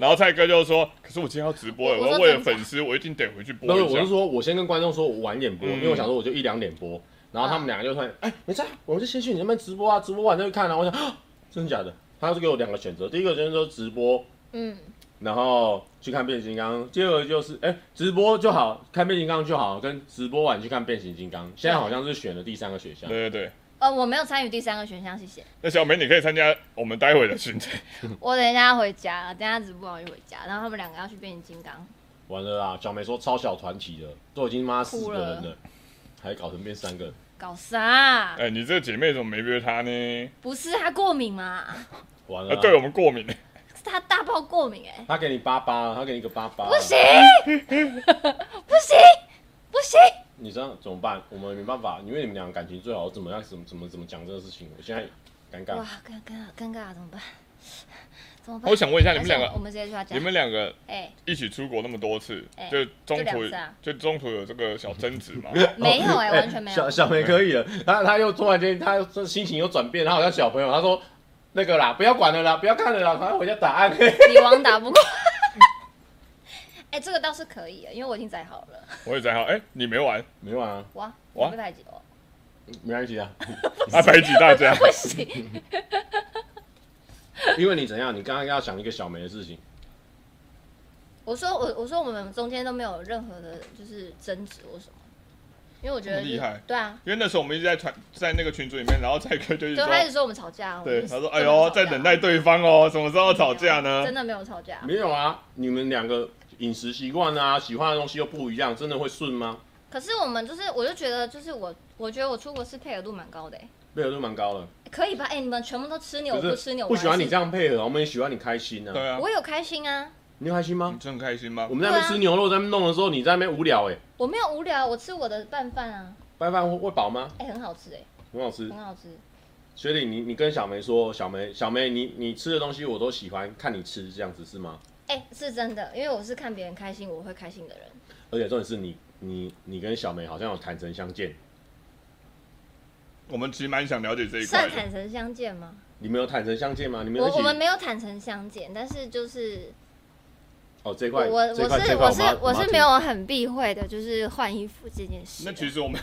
S1: 然后蔡哥就说，可是我今天要直播了，
S3: 我
S1: 我
S3: 我
S1: 要
S3: 说
S1: 为了
S3: 真假
S1: 粉丝，我一定得回去播
S2: 不是，
S1: 一
S2: 我
S1: 下
S2: 是。说，我先跟观众说，我晚点播，
S1: 嗯
S2: 因为我想说，我就一两点播，然后他们两个就突然，哎、没事啊，我们就先去你那边直播啊，直播完再去看啊。我想，啊真的假的？他就给我两个选择，第一个就是说直播，
S3: 嗯，
S2: 然后去看变形金刚；第二个就是，哎、直播就好，看变形金刚就好，跟直播完去看变形金刚。现在好像是选了第三个选项，
S1: 对对对，
S3: 呃，我没有参与第三个选项，谢谢。
S1: 那小梅你可以参加我们待会的巡检，
S3: 我等一下回家了，等一下直播完就回家，然后他们两个要去变形金刚，
S2: 完了啦！小梅说超小团体的，都已经妈四
S3: 哭
S2: 个
S3: 了
S2: 人了，还搞成变三个人。
S3: 搞啥？
S1: 哎、你这个姐妹怎么没约她呢？
S3: 不是他过敏嘛？
S2: 完了
S1: 啊
S2: 啦、，
S1: 对我们过敏，
S3: 是他大爆过敏哎、
S1: 啊
S2: 他给你八八，他给你一个八八，
S3: 不行，不 行，不行！
S2: 你知道怎么办？我们没办法，因为你们俩感情最好，怎么样？怎么怎么怎么讲这个事情？我现在尴尬
S3: 哇。，尴尬尴尬，怎么办？ 怎么办？
S1: 啊我想问一下你
S3: 还
S1: 们
S3: 是
S1: 两
S3: 我我
S1: 个，
S3: 们直接去他家。
S1: 你们两个
S3: 哎、
S1: 一起出国那么多次，
S3: 哎
S1: 就中
S3: 就
S1: 途
S3: 两次啊
S1: 就中途有这个小争执 嘛？
S3: 没有哎、
S2: 哎
S3: 完全没有。
S2: 小小梅可以了，他他又突然间，他又心情又转变，他好像小朋友，他说那个啦，不要管了啦，不要看了啦，反正回家打暗黑。
S3: 李王打不过。 哎、这个倒是可以的，因为我已经载好了。
S1: 我也在好，哎、你没 玩，
S2: 没玩啊，
S3: 哇，
S1: 哇
S3: 我被排挤哦，
S2: 没 关系啊，
S1: 啊，排挤大家，
S3: 不行。
S2: 因为你怎样，你刚刚要想一个小梅的事情，
S3: 我说我我说我们中间都没有任何的，就是争执或什么，因为我觉得
S1: 这么厉害
S3: 对啊，
S1: 因为那时候我们一直在传在那个群组里面，然后蔡哥就一直
S3: 就他一直
S1: 说，
S3: 说我们吵架，啊我
S1: 对，
S3: 们
S1: 他
S3: 真
S1: 说，哎
S3: 的没有
S1: 呦，
S3: 吵
S1: 在
S3: 架
S1: 等待对方哦，什么时候吵架呢
S3: 真？的没有吵架，
S2: 没有啊，你们两个饮食习惯啊，喜欢的东西又不一样，真的会顺吗？
S3: 可是我们就是，我就觉得就是我，我觉得我出国是配合度蛮高的、欸，
S2: 配合度蛮高的，
S3: 可以吧？哎、你们全部都吃你，我
S2: 可
S3: 不
S2: 是
S3: 吃你，我
S2: 不喜欢你这
S3: 样，
S2: 样配合，我们也喜欢你开心啊。
S1: 对啊，嗯
S3: 我有开心啊，
S2: 你开心吗
S1: 你？真开心吗
S2: 我？们在那边
S3: 对啊
S2: 吃牛肉，在那边弄的时候，你在那边无聊哎、
S3: 我没有无聊，我吃我的拌饭啊，
S2: 拌饭会会饱吗？
S3: 哎、很好吃、欸，
S2: 很好吃
S3: 很。好吃，
S2: 学弟，你你跟小梅说，小梅小梅，你你吃的东西我都喜欢，看你吃这样子是吗？
S3: 哎、是真的，因为我是看别人开心，我会开心的人，
S2: 而且重点是你你你跟小梅好像有坦诚相见，
S1: 我们其实蛮想了解这一块
S3: 算
S1: 的，
S3: 坦诚相见吗？
S2: 你们有坦诚相见吗？你们有
S3: 我
S2: 一
S3: 我们
S2: 起
S3: 没有坦诚相见，但是就是
S2: 哦这
S3: 我
S2: 块
S3: 我
S2: 这
S3: 我
S2: 块
S3: 是
S2: 这
S3: 我
S2: 块我
S3: 是
S2: 们要
S3: 我
S2: 们
S3: 是
S2: 要
S3: 没有很避讳的，就是换衣服这件事。
S1: 那其实我们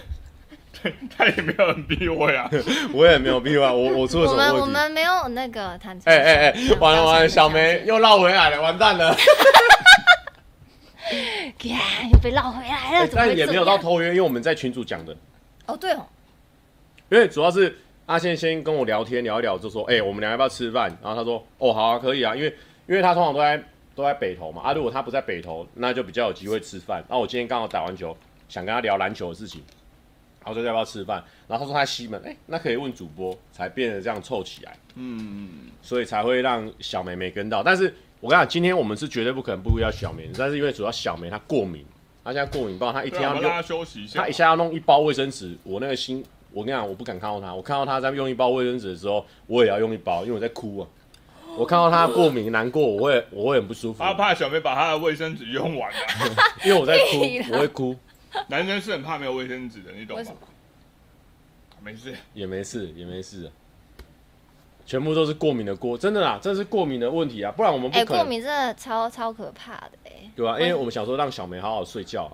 S1: 对他也没有很避 讳啊，
S2: 听，我也没有必要，我我出了
S3: 我
S2: 什
S3: 们
S2: 么
S3: 我
S2: 问题？
S3: 们没有那个坦诚，
S2: 哎哎哎，完了完了，小梅，又绕回来了，完蛋了。
S3: 呀，又被绕回来了，
S2: 哎
S3: 怎么会
S2: 但也
S3: 这
S2: 没有到
S3: 样
S2: 偷约，因为我们在群主讲的，
S3: 哦，对哦，
S2: 因为主要是阿宪先跟我聊天聊一聊，就说：“哎、我们俩要不要吃饭？”然后他说：“哦，好啊，可以啊。”因为因为他通常都在都在北投嘛，啊，如果他不在北投，那就比较有机会吃饭。那、我今天刚好打完球，想跟他聊篮球的事情，然后就要不要吃饭？然后他说他在西门，哎、那可以问主播，才变得这样凑起来，
S1: 嗯，
S2: 所以才会让小梅没跟到。但是我跟你讲，今天我们是绝对不可能不约小梅的，但是因为主要小梅她过敏，她现在过敏，不然她一
S1: 对
S2: 天
S1: 啊，我
S2: 要
S1: 们
S2: 六
S1: 让他休息一下
S2: 他一，下要弄一包卫生纸，我那个心，我跟你讲，我不敢看到他，我看到他在用一包卫生纸的时候，我也要用一包，因为我在哭啊。我看到他过敏难过，我会我会很不舒服，
S1: 他啊怕小梅把他的卫生纸用完了，
S2: 因为我在
S3: 屁啦
S2: 哭，我会哭，
S1: 男生是很怕没有卫生纸的，你懂
S3: 为
S1: 吗
S3: 什么？？
S1: 没事，
S2: 也没事，也没事，全部都是过敏的锅，真的啦，这是过敏的问题啊，不然我们
S3: 哎、
S2: 不可
S3: 过
S2: 能、
S3: 敏真的超超可怕的哎、
S2: 对吧、啊因
S3: 为
S2: 为我们想说让小梅好好睡觉啊、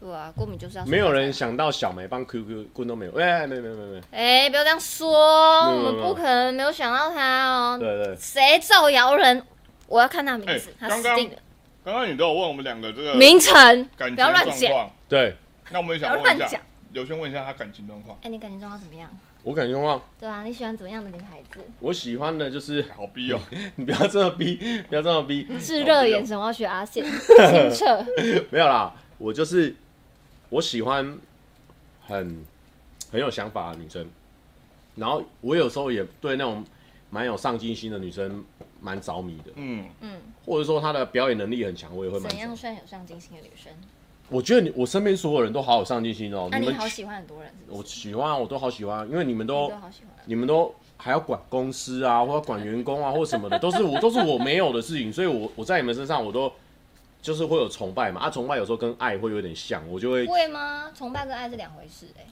S3: 对啊，过敏就是要睡
S2: 没有
S3: 觉
S2: 人想到小梅帮 QQ 棍都没有，哎、没有没有没有没有，
S3: 哎、不要这样说，
S2: 没
S3: 我
S2: 有
S3: 们
S2: 没有
S3: 不可能没有想到他哦。
S2: 对对，
S3: 谁造谣人？我要看他名字，
S1: 哎
S3: 他死定了。
S1: 刚刚你都有问我们两个
S2: 呃
S1: 这个
S3: 明晨，
S1: 感情
S3: 不要乱
S1: 状
S3: 讲
S1: 况，
S2: 对
S1: 那我们也
S3: 不
S1: 想
S3: 要
S1: 问
S3: 乱
S1: 一下
S3: 讲。。
S1: 有先问一下他感情状况，
S3: 哎、你感情状况怎么样？
S2: 我感觉话，
S3: 对啊，你喜欢怎么样的女孩子？
S2: 我喜欢的就是
S1: 好逼哦！
S2: 你不要这么逼，嗯不要这么逼，
S3: 炙热眼神，我要学阿 信，清澈。
S2: 没有啦，我就是我喜欢很很有想法的女生，然后我有时候也对那种蛮有上进心的女生蛮着迷的，
S1: 嗯，
S3: 嗯，
S2: 或者说她的表演能力很强，我也会蛮
S3: 怎
S2: 着
S3: 样
S2: 迷。
S3: 算有上进心的女生？
S2: 我觉得你我身边所有人都好有上进心哦，
S3: 那、
S2: 们
S3: 你好喜欢很多人是不
S2: 我
S3: 是？
S2: 喜欢啊，我都好喜欢，因为你们
S3: 你
S2: 都
S3: 都好喜欢。
S2: 你们都还要管公司啊，或者管员工啊，或什么的，都是我都是我没有的事情，所以我我在你们身上我都就是会有崇拜嘛，啊，崇拜有时候跟爱会有点像，我就会
S3: 会吗？崇拜跟爱是两回事哎、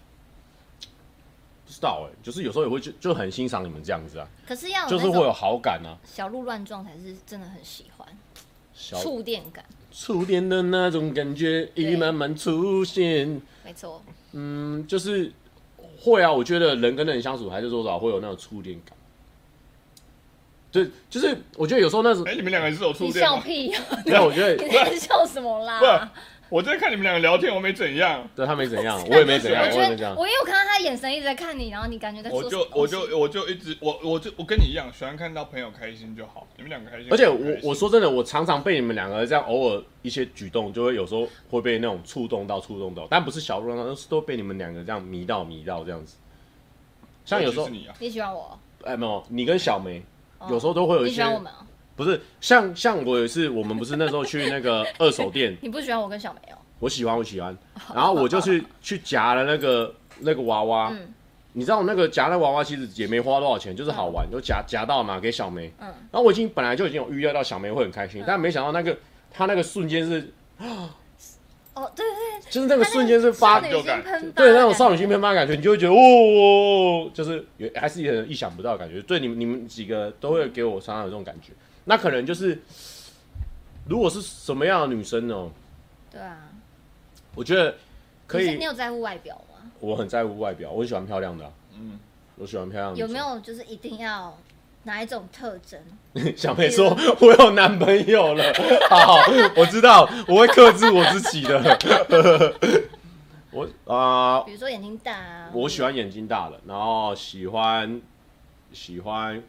S2: 不知道哎、就是有时候也会就就很欣赏你们这样子啊，
S3: 可是要有
S2: 就
S3: 哦那
S2: 是
S3: 种
S2: 会有好感啊，
S3: 小鹿乱撞才是真的很喜欢，
S2: 小
S3: 触电感，
S2: 触电的那种感觉已
S3: 对
S2: 慢慢出现，
S3: 没错。
S2: 嗯，就是会啊，我觉得人跟人相处还是多少会有那种触电感。对，就是我觉得有时候那种
S1: 哎、，你们两个是有触
S3: 嗯你
S1: 电
S3: 笑
S1: 吗？
S3: 屁呀、
S2: 没有，我觉得
S3: 你在笑什么啦？
S1: 不是我在看你们两个聊天，我没怎样，
S2: 对他没怎样，我也没怎样，
S3: 我
S2: 哎我也
S3: 觉
S2: 没怎
S3: 得
S2: 样。
S3: 我也有看到他眼神一直在看你，然后你感觉在做
S1: 我
S3: 什
S1: 就
S3: 么东西
S1: 我就我就一直我我就我跟你一样，喜欢看到朋友开心就好。你们两个开心，
S2: 而且
S1: 就开
S2: 我
S1: 心
S2: 我说真的，我常常被你们两个这样偶尔一些举动，就会有时候会被那种触动到触动到，但不是小触动到，是都被你们两个这样迷到迷到这样子。像有时
S1: 尤
S2: 候
S1: 其是，你啊，
S3: 你喜欢我，
S2: 哎，没有，你跟小梅
S3: 哦
S2: 有时候都会有一
S3: 你喜
S2: 些，
S3: 欢我们啊？
S2: 不是像像我有一次，我们不是那时候去那个二手店，
S3: 你不喜欢我跟小梅哦？
S2: 我喜欢我喜欢，然后我就去去夹了那个那个娃娃，
S3: 嗯
S2: 你知道我那个夹那娃娃其实也没花多少钱，就是好玩，就夹夹到嘛给小梅，
S3: 嗯，
S2: 然后我已经本来就已经有预料到小梅会很开心，但没想到那个她那个瞬间是，
S3: 哦，对对对，
S2: 就是那个瞬间是发
S3: 少女，心喷发
S2: 对那种少女心喷发的感觉，你就会觉得哦哦，哦就是有还是很意想不到的感觉。对你们你们几个都会给我常常有这种感觉。那可能就是，如果是什么样的女生呢？
S3: 对啊，
S2: 我觉得可
S3: 你是
S2: 以
S3: 你，有在乎外表吗？
S2: 我很在乎外表，我很喜欢漂亮的啊、
S1: 嗯，
S2: 我喜欢漂亮的。
S3: 有没？有就是一定要哪一种特征？
S2: 小梅说：“我有男朋友了。” 好，我知道，我会克制我自己的。 我啊、
S3: 比如说眼睛大啊，
S2: 我喜欢眼睛大的，然后喜欢喜欢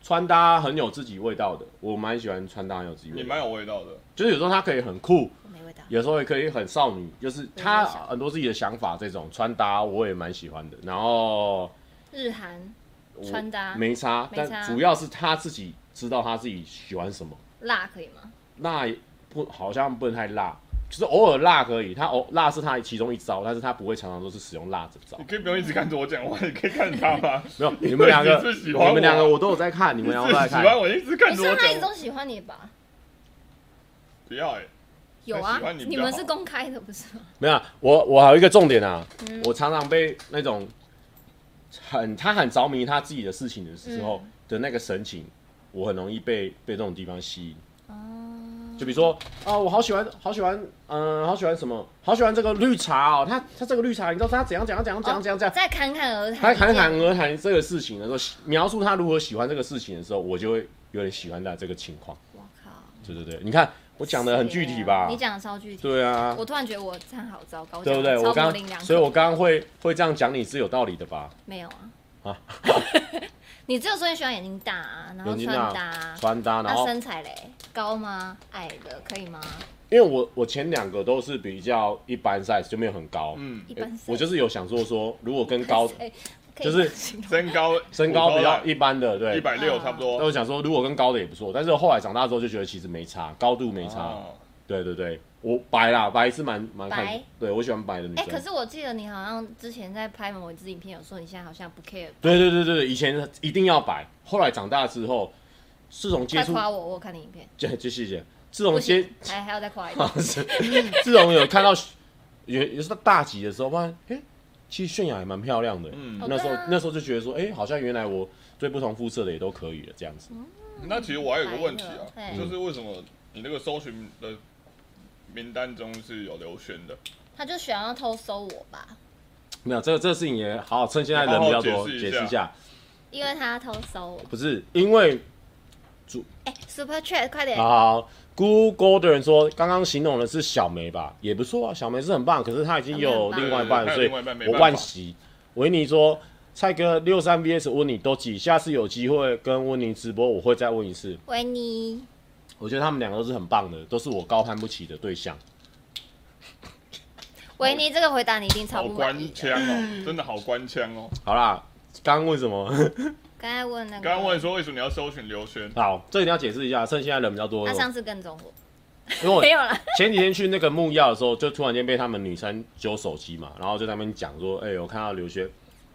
S2: 穿搭很有自己味道的，我蛮喜欢穿搭很有自己味
S1: 你
S2: 道
S1: 蛮
S2: 的，
S1: 有味道的。
S2: 就是有时候她可以很酷，
S3: 我没味道。
S2: 有时候也可以很少女，就是她很多自己的想法，这种穿搭我也蛮喜欢的。然后
S3: 日韩
S2: 我
S3: 穿搭
S2: 没差，
S3: 啊没
S2: 但
S3: 差
S2: 主要是她自己知道她自己喜欢什么，
S3: 辣可以吗？
S2: 辣也不好像不能太辣。就是偶尔辣可以，她偶辣是她其中一招，但是她不会常常都是使用辣这 招
S1: 你。可以不用一直看着我讲话，你可以看啊着他吗？
S2: 没有，你们两个，
S1: 你是喜欢我啊
S2: 你们两个我都有在看，你
S1: 你
S2: 们
S1: 自
S2: 两个都在
S1: 己喜
S2: 看。
S1: 欢我，一直看
S3: 你
S1: 着
S3: 说
S1: 我
S3: 他一直
S1: 讲
S3: 都
S1: 话。
S3: 喜欢你吧？
S1: 不要哎，
S3: 有啊
S1: 他喜欢你，比
S3: 你
S1: 较好
S3: 们是公开的不是吗？
S2: 没有啊，我我还有一个重点啊，
S3: 嗯
S2: 我常常被那种很他很着迷他自己的事情的时候
S3: 嗯
S2: 的那个神情，我很容易被被这种地方吸引。
S3: 哦，
S2: 就比如说啊，我好喜欢好喜欢，嗯、好喜欢什么，好喜欢这个绿茶哦，他他这个绿茶，你知道他怎样怎样怎样怎样怎 样怎 样。
S3: 再侃侃而
S2: 他
S3: 谈，
S2: 侃侃而谈这个事情的时候，描述他如何喜欢这个事情的时候，我就会有点喜欢他这个情况。
S3: 我靠，
S2: 对对对，你看我讲的很具体吧？
S3: 啊你讲的超具体。
S2: 对啊，
S3: 我突然觉得我这样好糟糕，
S2: 对不对？
S3: 我
S2: 我
S3: 讲得超
S2: 刚
S3: 模棱两，可
S2: 所以我刚刚会会这样讲你是有道理的吧？
S3: 没有啊。
S2: 啊
S3: 你只有说你喜欢眼睛大啊，然后
S2: 眼睛
S3: 穿
S2: 大
S3: 搭啊，
S2: 穿搭，然
S3: 那
S2: 后
S3: 身材嘞，高吗？矮的可以吗？
S2: 因为我我前两个都是比较一般 size，就没有很高。
S1: 嗯，
S3: 一
S2: 诶
S3: 般
S2: 我就是有想说说，如果跟高
S3: 哎，可以
S2: 就是
S3: 形 容
S1: 身高
S2: 身高比较一般的，对
S1: 一，百六差不多
S2: 那。我想说如果跟高的也不错，但是后来长大之后就觉得其实没差，高度没差。
S1: 哦
S2: 对对对，我白啦，白是蛮蛮看
S3: 白，
S2: 对我喜欢白的女
S3: 哎、
S2: 生。
S3: 可是我记得你好像之前在拍某一支影片，有说你现在好像不 care，
S2: 对对对对对，以前一定要白，后来长大之后，自从接
S3: 快
S2: 触，
S3: 夸我，我有看你影片，
S2: 这这 谢谢，自从
S3: 不
S2: 接
S3: 行，还还要再夸一遍。
S2: 是，自从有看到有有时候大几的时候，发现哎、诶其实泫雅还蛮漂亮的。
S1: 嗯，
S3: 哦
S2: 那时候、
S3: 对啊
S2: 那时候就觉得说，哎、好像原来我对不同肤色的也都可以了，这样子。
S3: 嗯
S1: 嗯那其实我还有个问题
S3: 白
S1: 啊，
S3: 了
S1: 就是为什么你那个搜寻的名单中是有刘轩的？
S3: 他就想要偷搜我吧，
S2: 没有这个这个事情也好好趁现在人比较多
S1: 好好解释一下
S2: 释一下，
S3: 因为他偷搜我。
S2: 不是因为
S3: 哎、s u p e r Chat，快点！
S2: 好 Google 的人说，刚刚形容的是小梅吧，也不错啊，小梅是很棒，可是她已经有
S3: 小梅
S2: 另
S3: 很
S2: 外
S3: 棒
S2: 一半，
S1: 对
S2: 所以
S1: 她有另外一半没
S2: 我
S1: 办法
S2: 万喜。维尼说，蔡哥六三 VS 温妮都挤，下次有机会跟温妮直播，我会再问一次。
S3: 维尼，
S2: 我觉得他们两个都是很棒的，都是我高攀不起的对象。
S3: 维尼，这个回答你一定超
S1: 好
S3: 不满意
S1: 官腔
S3: 的。
S1: 哦，真的好官腔哦。
S2: 好啦，刚刚问什么？
S3: 刚才问那个，
S1: 刚刚问说为什么你要搜寻刘轩？
S2: 好，这一定要解释一下，趁现在人比较多
S3: 他，上次跟踪我，
S2: 因为我
S3: 没有啦。
S2: 前几天去那个木曜的时候，就突然间被他们女生揪手机嘛，然后就在那边讲说，哎、我看到刘轩，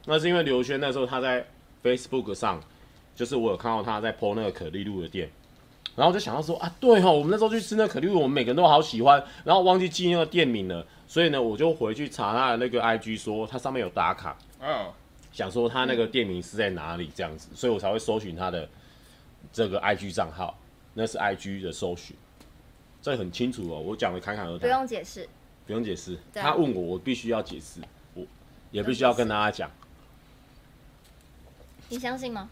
S2: 那是因为刘轩那时候他在 Facebook 上，就是我有看到他在 PO 那个可丽露的店，然后我就想到说啊，对哈、我们那时候去吃那个可丽露，我们每个人都好喜欢，然后忘记记那个店名了，所以呢，我就回去查他的那个 IG，说他上面有打卡，
S1: 嗯，
S2: 想说他那个店名是在哪里这样
S3: 嗯
S2: 子，所以我才会搜寻他的这个 IG 账号，那是 IG 的搜寻，这很清楚哦，我讲的侃侃而谈，
S3: 不用解释，
S2: 不用解释。
S3: 对啊
S2: 他问我，我必须要解释。我也必须要跟大家讲。
S3: 哦你相信吗？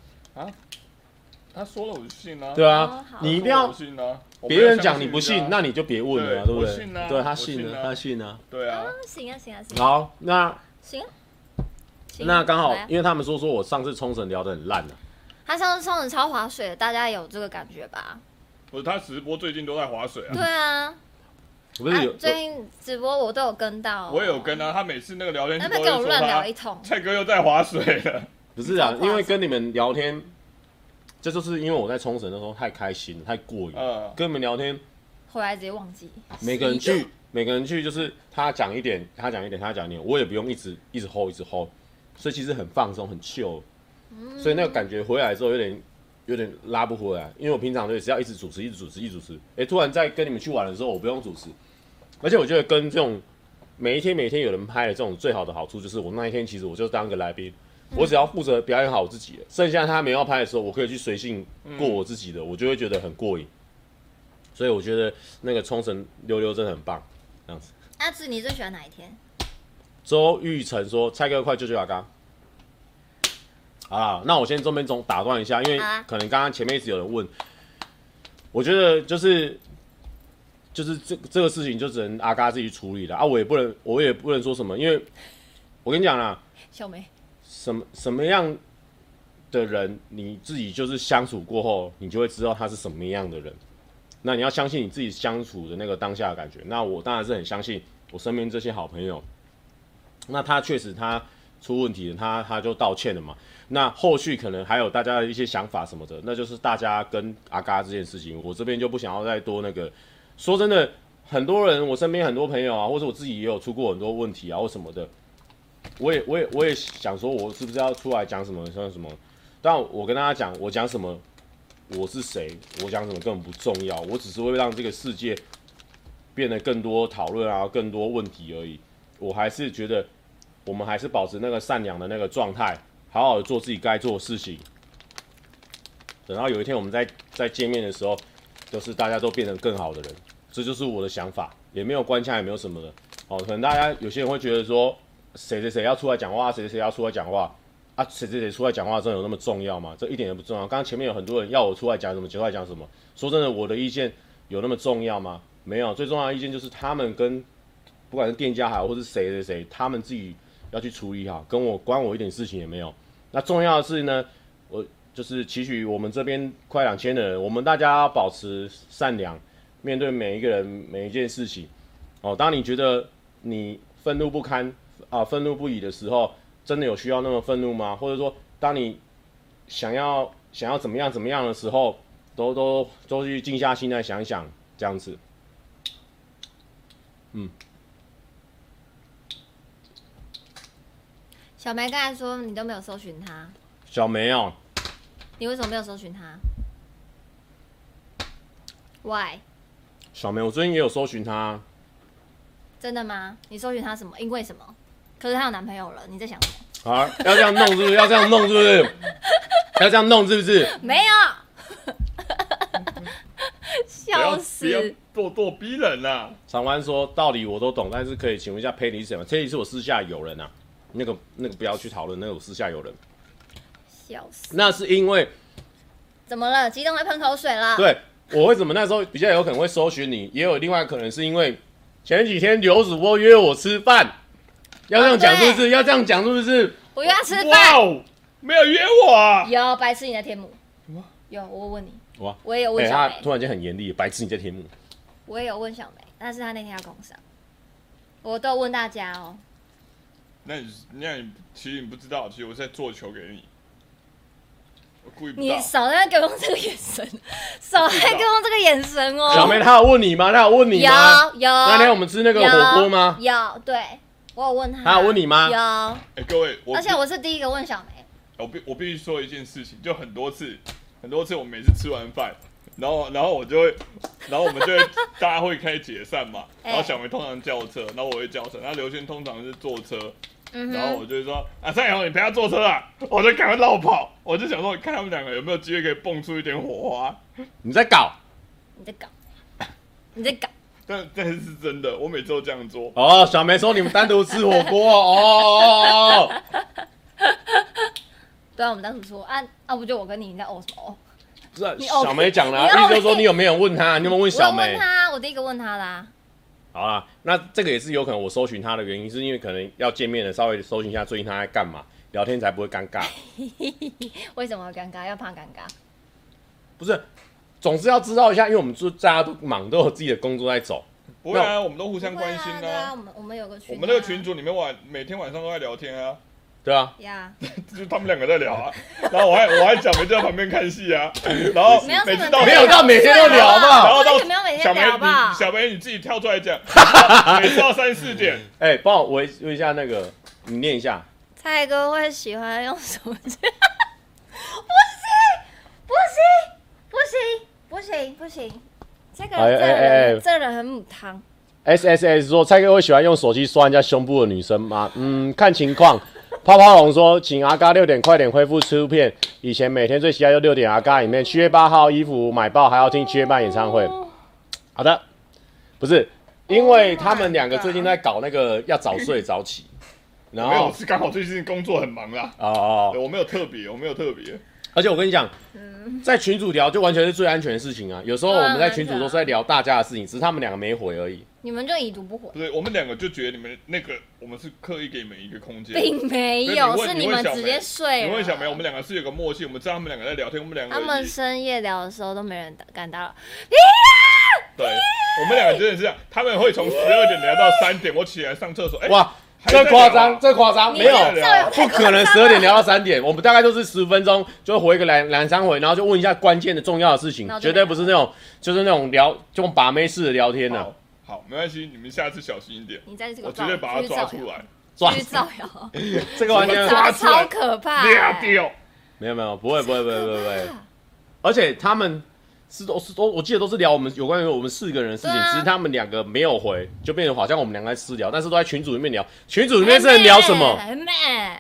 S1: 他说了我就信啊，
S2: 对
S3: 哦
S2: 啊，
S3: 好
S2: 你一定
S1: 他说了
S2: 要
S1: 我就信啊，我没
S2: 别
S1: 有
S2: 人讲
S1: 相
S2: 你
S1: 信
S2: 不信
S1: 啊，
S2: 那你就别问了啊，对
S1: 对
S2: 不
S1: 我信啊
S2: 对？对他
S1: 我
S2: 信
S1: 信
S2: 了，
S1: 啊
S2: 他信了。
S1: 对啊，
S3: 行啊，行啊，行啊，
S2: 好，那
S3: 行啊。行啊
S2: 那刚好
S3: 来，啊
S2: 因为他们说说我上次冲绳聊得很烂啊，
S3: 他上次冲绳超划水的，大家有这个感觉吧？
S1: 不是他直播最近都在划水啊
S3: 对。啊，
S2: 不是有
S3: 啊、最近直播我都有跟到、
S1: 我也有，跟啊，他每次那个聊天
S3: 他
S1: 室
S3: 们
S1: 都
S3: 给
S1: 会
S3: 我
S1: 说
S3: 乱哎
S1: 他
S3: 聊一通。
S1: 蔡哥又在划水了，
S2: 不是啊
S3: 超，夸
S2: 因为
S3: 张
S2: 跟你们聊天，这就是因为我在冲绳的时候太开心了，太过瘾了。
S1: 嗯，
S2: 跟你们聊天，
S3: 回来直接忘记。
S2: 每个人
S3: 是一
S2: 去，每个人去就是他讲一点，他讲一点，他讲一点，我也不用一直一直 hold 一直 hold，所以其实很放松，很 chill，所以那个感觉回来之后有点有点拉不回来，因为我平常对只要一直主持，一直主持，一直主持，哎，突然在跟你们去玩的时候，我不用主持，而且我觉得跟这种每一天每一天有人拍的这种最好的好处就是，我那一天其实我就当个来宾。我只要负责表演好我自己了，剩下他没要拍的时候，我可以去随性过我自己的，我就会觉得很过瘾。所以我觉得那个冲绳溜溜真的很棒。
S3: 阿志，你最喜欢哪一天？
S2: 周玉成说：“蔡哥快救救阿刚。”好啦，那我先这边总打断一下，因为
S3: 好啊
S2: 可能刚刚前面一直有人问，我觉得就是就是这这个事情就只能阿嘎自己处理了啊，我也不能我也不能说什么，因为我跟你讲啦，
S3: 小梅，
S2: 什么什么样的人，你自己就是相处过后，你就会知道他是什么样的人。那你要相信你自己相处的那个当下的感觉。那我当然是很相信我身边这些好朋友。那他确实他出问题了，他他就道歉了嘛。那后续可能还有大家的一些想法什么的，那就是大家跟阿嘎这件事情，我这边就不想要再多那个。说真的，很多人我身边很多朋友啊，或者我自己也有出过很多问题啊或什么的，我也我也我也想说，我是不是要出来讲什么像什么？但我跟大家讲，我讲什么，我是谁，我讲什么根本不重要，我只是会让这个世界变得更多讨论啊，更多问题而已。我还是觉得，我们还是保持那个善良的那个状态，好好的做自己该做的事情。等到有一天我们再再见面的时候，就是大家都变成更好的人，这就是我的想法，也没有关卡，也没有什么的。哦，可能大家有些人会觉得说，谁谁谁要出来讲话，谁谁谁要出来讲话啊，谁谁谁出来讲话，真的有那么重要吗？这一点也不重要。刚刚前面有很多人要我出来讲什么，就出来讲什么。说真的，我的意见有那么重要吗？没有，最重要的意见就是他们跟不管是店家还好，或是谁谁谁，他们自己要去处理好，跟我关我一点事情也没有。那重要的是呢，我就是期许我们这边快两千的人，我们大家要保持善良，面对每一个人每一件事情。哦，当你觉得你愤怒不堪啊、愤怒不已的时候，真的有需要那么愤怒吗？或者说，当你想要想要怎么样怎么样的时候，都都都去静下心来想一想，这样子。
S3: 小梅刚才说你都没有搜寻他，
S2: 小梅哦，
S3: 你为什么没有搜寻他？Why？
S2: 小梅，我最近也有搜寻她，
S3: 真的吗？你搜寻他什么？因为什么？可是她有男朋友了，你在想什么？
S2: 啊，要这样弄是不是？ 要这样弄是不是？要这样弄是不是？
S1: 嗯
S3: 没有，
S1: 不要
S3: 笑
S1: 不要
S3: 死！
S1: 咄咄逼人啊呐！
S2: 长官说道理我都懂，但是可以请问一下佩里是谁吗？佩里是我私下友人啊，那个那个不要去讨论，那个我私下友人，
S3: 笑死！
S2: 那是因为
S3: 怎么了？激动会喷口水了？，
S2: 对我为什么那时候比较有可能会搜寻你，也有另外可能是因为前几天刘主播约我吃饭，要这样讲
S3: 哦
S2: 是不是？要这样讲是不是？
S3: 我约他吃
S1: 哇
S3: 饭。
S1: 哦，没有约我啊！
S3: 有白痴，你在天母
S1: 么？
S3: 有，我问你，
S2: 哇，
S3: 我也有
S2: 哎、
S3: 问小
S2: 他
S3: 梅，
S2: 突然间很严厉，白痴你在天幕，
S3: 我也有问小梅，但是她那天要工伤，我都有问大家哦。
S1: 那你那你其实你不知道，其实我是在做球给你，我故意不
S3: 你
S1: 到。
S3: 少在那给我用这个眼神，少在给我用这个眼神哦。
S2: 小梅她有问你吗？她有问你
S3: 有
S2: 吗？
S3: 有。
S2: 那
S3: 那
S2: 天我们吃那个火锅吗？
S3: 有，对，我有问她。
S2: 她有问你吗
S3: 有，
S1: 哎、各位，我
S3: 而且我是第一个问小梅，
S1: 我必我必须说一件事情，就很多次，很多次我每次吃完饭，然后然后我就会，然后我们就会大家会开始解散嘛，
S3: 哎
S1: 然后小梅通常叫车，然后我会叫车，然后刘轩通常是坐车，
S3: 嗯
S1: 然后
S3: 哼，
S1: 我就会说啊蔡永你陪他坐车啊，我就赶快绕跑，我就想说看他们两个有没有机会可以蹦出一点火花，
S2: 你在搞？
S3: 你在搞，你在搞，
S1: 但但是是真的，我每次都这样做。
S2: 哦，小梅说你们单独吃火 锅哦哦哦哦，
S3: 对啊，我们当时说啊啊，不就我跟你，你在哦什么哦？
S2: 不是啊
S3: 你 OK，
S2: 小梅讲啦，
S3: 你 OK
S2: 意思就是说你有没有问 他，你有没有问
S3: 我有
S2: 小
S3: 问
S2: 梅？
S3: 他，我第一个问他啦。
S2: 好啦，那这个也是有可能我搜寻他的原因，是因为可能要见面了，稍微搜寻一下最近他在干嘛，聊天才不会尴尬。
S3: 为什么要尴尬？要怕尴尬？
S2: 不是，总是要知道一下，因为我们就大家都忙，都有自己的工作在走。
S1: 不会啊，我们都互相关心
S3: 不会啊对啊，我们我们有个群啊、
S1: 我们那个群组里面晚每天晚上都在聊天啊，
S2: 对啊，
S3: 呀
S1: 就他们两个在聊啊，然后我还我还讲没在旁边看戏啊，然后
S3: 没有
S1: 每
S3: 这
S1: 次
S3: 么
S1: 到
S2: 没有到每天都聊吧
S1: 然后到
S3: 没有每
S1: 小
S3: 天
S1: 梅
S3: 聊吧
S1: 你？小梅你自己跳出来讲，每次到三四点，
S2: 哎、帮我维维一下那个，你念一下。
S3: 蔡哥会喜欢用手机？不行，不行，不行，不行，不行！这个人，
S2: 哎
S3: 这个
S2: 哎哎
S3: 人，这个人很母汤。
S2: S S S 说，蔡哥会喜欢用手机刷人家胸部的女生吗？嗯，看情况。泡泡龙说，请阿嘎六点快点恢复吃片。以前每天最期待就六点阿嘎里面，七月八号衣服买爆，还要听七月半演唱会。
S1: 哦
S2: 好的，不是，因为他们
S1: 哦
S2: 两个最近在搞那个要早睡早起， 然
S1: 没有
S2: 后
S1: 是刚好最近工作很忙啦，
S2: 哦哦
S1: 对，我没有特别，我没有特别，
S2: 而且我跟你讲，在群主聊就完全是最安全的事情啊。有时候
S3: 嗯对啊
S2: 我们在群主都是在聊大家的事情，只是他们两个没回而已。
S3: 你们就已读不回，
S1: 不是我们两个就觉得你们那个我们是刻意给你们一个空间。
S3: 并没有，
S1: 所以
S3: 是们
S1: 你问你问小梅
S3: 直接睡
S1: 你
S3: 了。
S1: 问小梅，我们两个是有个默契，我们知道他们两个在聊天，我们两个
S3: 他们
S1: 也
S3: 深夜聊的时候都没人打敢打扰。
S1: 对，我们两个真的是这样，他们会从十二点聊到三点，我起来上厕所，哎、
S2: 哇，
S1: 还在
S2: 这
S1: 聊啊
S2: 夸张，这夸张，
S3: 你
S2: 没有。
S3: 这样
S2: 不可能十二点聊到三点，我们大概都是十分钟就回一个两两三回，然后就问一下关键的重要的事情
S3: 然，后就
S2: 绝对不是那种就是那种聊就跟把妹式的聊天啊
S1: 好，，好，没关系，你们下次小心一点，
S3: 你在这个
S1: 我绝对把他抓出来，
S2: 抓
S3: 去造谣，
S2: 这个完全
S1: 我
S3: 造
S1: 们抓
S3: 谣
S1: 出来
S3: 超可怕、
S1: 掉
S3: 欸。
S1: 掉。
S2: 没有没有不会不会不会不会不会
S3: 可，怕
S2: 而且他们是都是都我记得都是聊我们有关于我们四个人的事情，
S3: 对啊
S2: 只是他们两个没有回，就变成好像我们两个在私聊，但是都在群组里面聊，群组里面是在聊什么？
S3: 很美，很美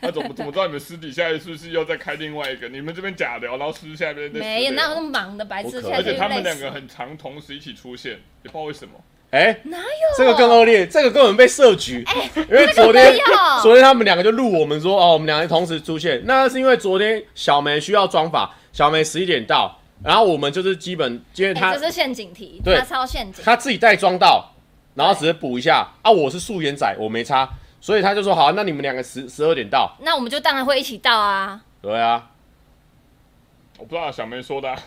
S1: 那怎么怎么知道你们私底下是不是又在开另外一个？你们这边假聊，然后私下边在私
S3: 没有，
S1: 聊
S3: 哪有那么忙的白痴？
S2: 不可能
S3: 现在
S1: 而且
S3: 就
S1: 他们
S3: 累
S1: 两
S3: 死
S1: 个很常同时一起出现，也不知道为什么。
S2: 哎、
S3: 哪有
S2: 这个更恶劣，这个根本被设局。因为
S3: 这个
S2: 昨天
S3: 没有
S2: 昨天他们两个就录我们说哦，我们两个同时出现，那是因为昨天小梅需要装法，小梅十一点到，然后我们就是基本因为她
S3: 欸、这是陷阱题，
S2: 对
S3: 他超陷阱。
S2: 她自己带装到，然后只是补一下啊，我是素颜仔，我没差，所以她就说好，啊那你们两个十十二点到，
S3: 那我们就当然会一起到啊！
S2: 对啊，
S1: 我不知道小梅说的、啊，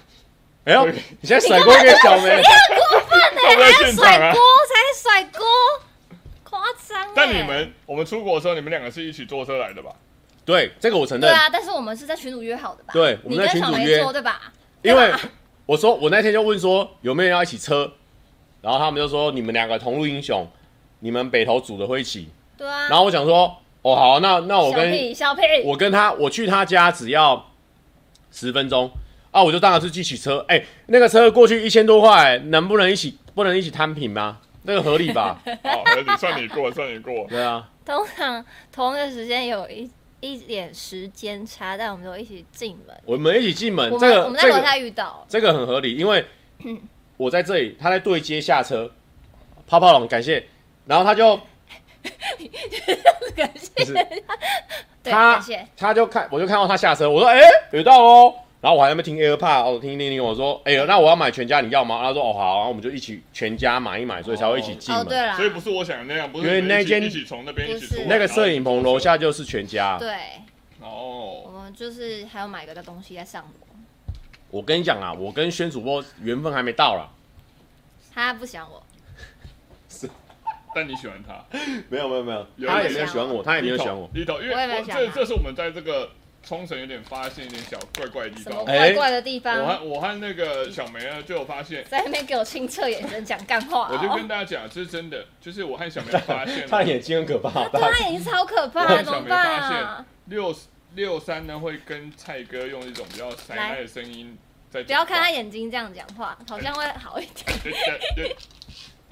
S2: 哎呦，
S1: 对
S2: 你现在甩锅给小梅，
S1: 他
S3: 哎
S1: 们在现场
S3: 甩
S1: 啊
S3: 锅。才甩锅，夸张、欸！
S1: 但你们，我们出国的时候，你们两个是一起坐车来的吧？
S2: 对，这个我承
S3: 对
S2: 认，
S3: 啊，但是我们是在群主约好的吧？
S2: 对我
S3: 你
S2: 们在
S3: 跟
S2: 群组
S3: 小梅
S2: 约
S3: 做对啊吧？
S2: 因为我说我那天就问说有没有人要一起车，然后他们就说你们两个同路英雄，你们北投组的会一起。
S3: 对啊，
S2: 然后我想说，哦好，那那我
S3: 小
S2: 跟
S3: 屁小屁，
S2: 我跟他，我去他家只要十分钟啊，我就当然是一起车。哎、那个车过去一千多块，能不能一起不能一起摊平吗？那个合 理吧？
S1: 好，哦合理，算你过，算你过。
S2: 对啊，
S3: 通常同一个时间有一一点时间差，但我们都一起进门。
S2: 我们一起进门
S3: 我，们、
S2: 嗯这
S3: 我
S2: 个
S3: 们在
S2: 这
S3: 楼
S2: 个
S3: 下遇到，
S2: 这个很合理，因为我在这里，他在对接下车，泡泡龙感谢，然后他就
S3: 感谢
S2: 不是
S3: 对，
S2: 他
S3: 感谢。
S2: 他就看，我就看到他下车，我说：“哎、有到哦。”然后我还在那边听 AirPod，哦，听听听，我说：“哎、呦，那我要买全家，你要吗？”他说：“哦，好啊。”然后我们就一起全家买一买，所以才会一起进
S3: 哦，
S2: 门。
S3: 对啦，
S1: 所以不是我想的那样，不是
S2: 因为
S1: 你们
S2: 那
S1: 一起
S2: 间
S1: 一起从那边一起出来
S3: 不是
S2: 那个摄影棚楼下就是全家。
S3: 对，我
S1: 哦，
S3: 们就是还要买个东西在上楼。
S2: 我跟你讲啊，我跟宣主播缘分还没到啦。
S3: 他不喜欢我，
S1: 但你喜欢他，
S2: 没有没有没有，
S1: 有
S2: 他
S1: 人
S2: 也没有喜欢我，他也没有喜欢我。
S1: 哎你懂？因为
S3: 我也没啊有喜欢
S1: 这
S3: 他
S1: 这是我们在这个冲绳有点发现一点小怪怪的地
S3: 什么
S1: 方。哦
S3: 怪怪的地方？
S1: 嗯哎我和我和那个小梅呢，就有发现，
S3: 在那边给我清澈眼神讲干话、
S1: 我
S3: 哦，
S1: 就跟大家讲，这是真的，就是我和小梅发现
S2: 他
S1: 了
S2: 的眼睛很可怕，
S3: 对啊
S2: 大
S3: 他眼睛超可怕
S1: 我，很
S3: 怎
S1: 少
S3: 么
S1: 没
S3: 办
S1: 发
S3: 啊
S1: 现？六六三呢会跟蔡哥用一种比较塞奶的声音在
S3: 不要看他眼睛这样讲话，好像会好一点。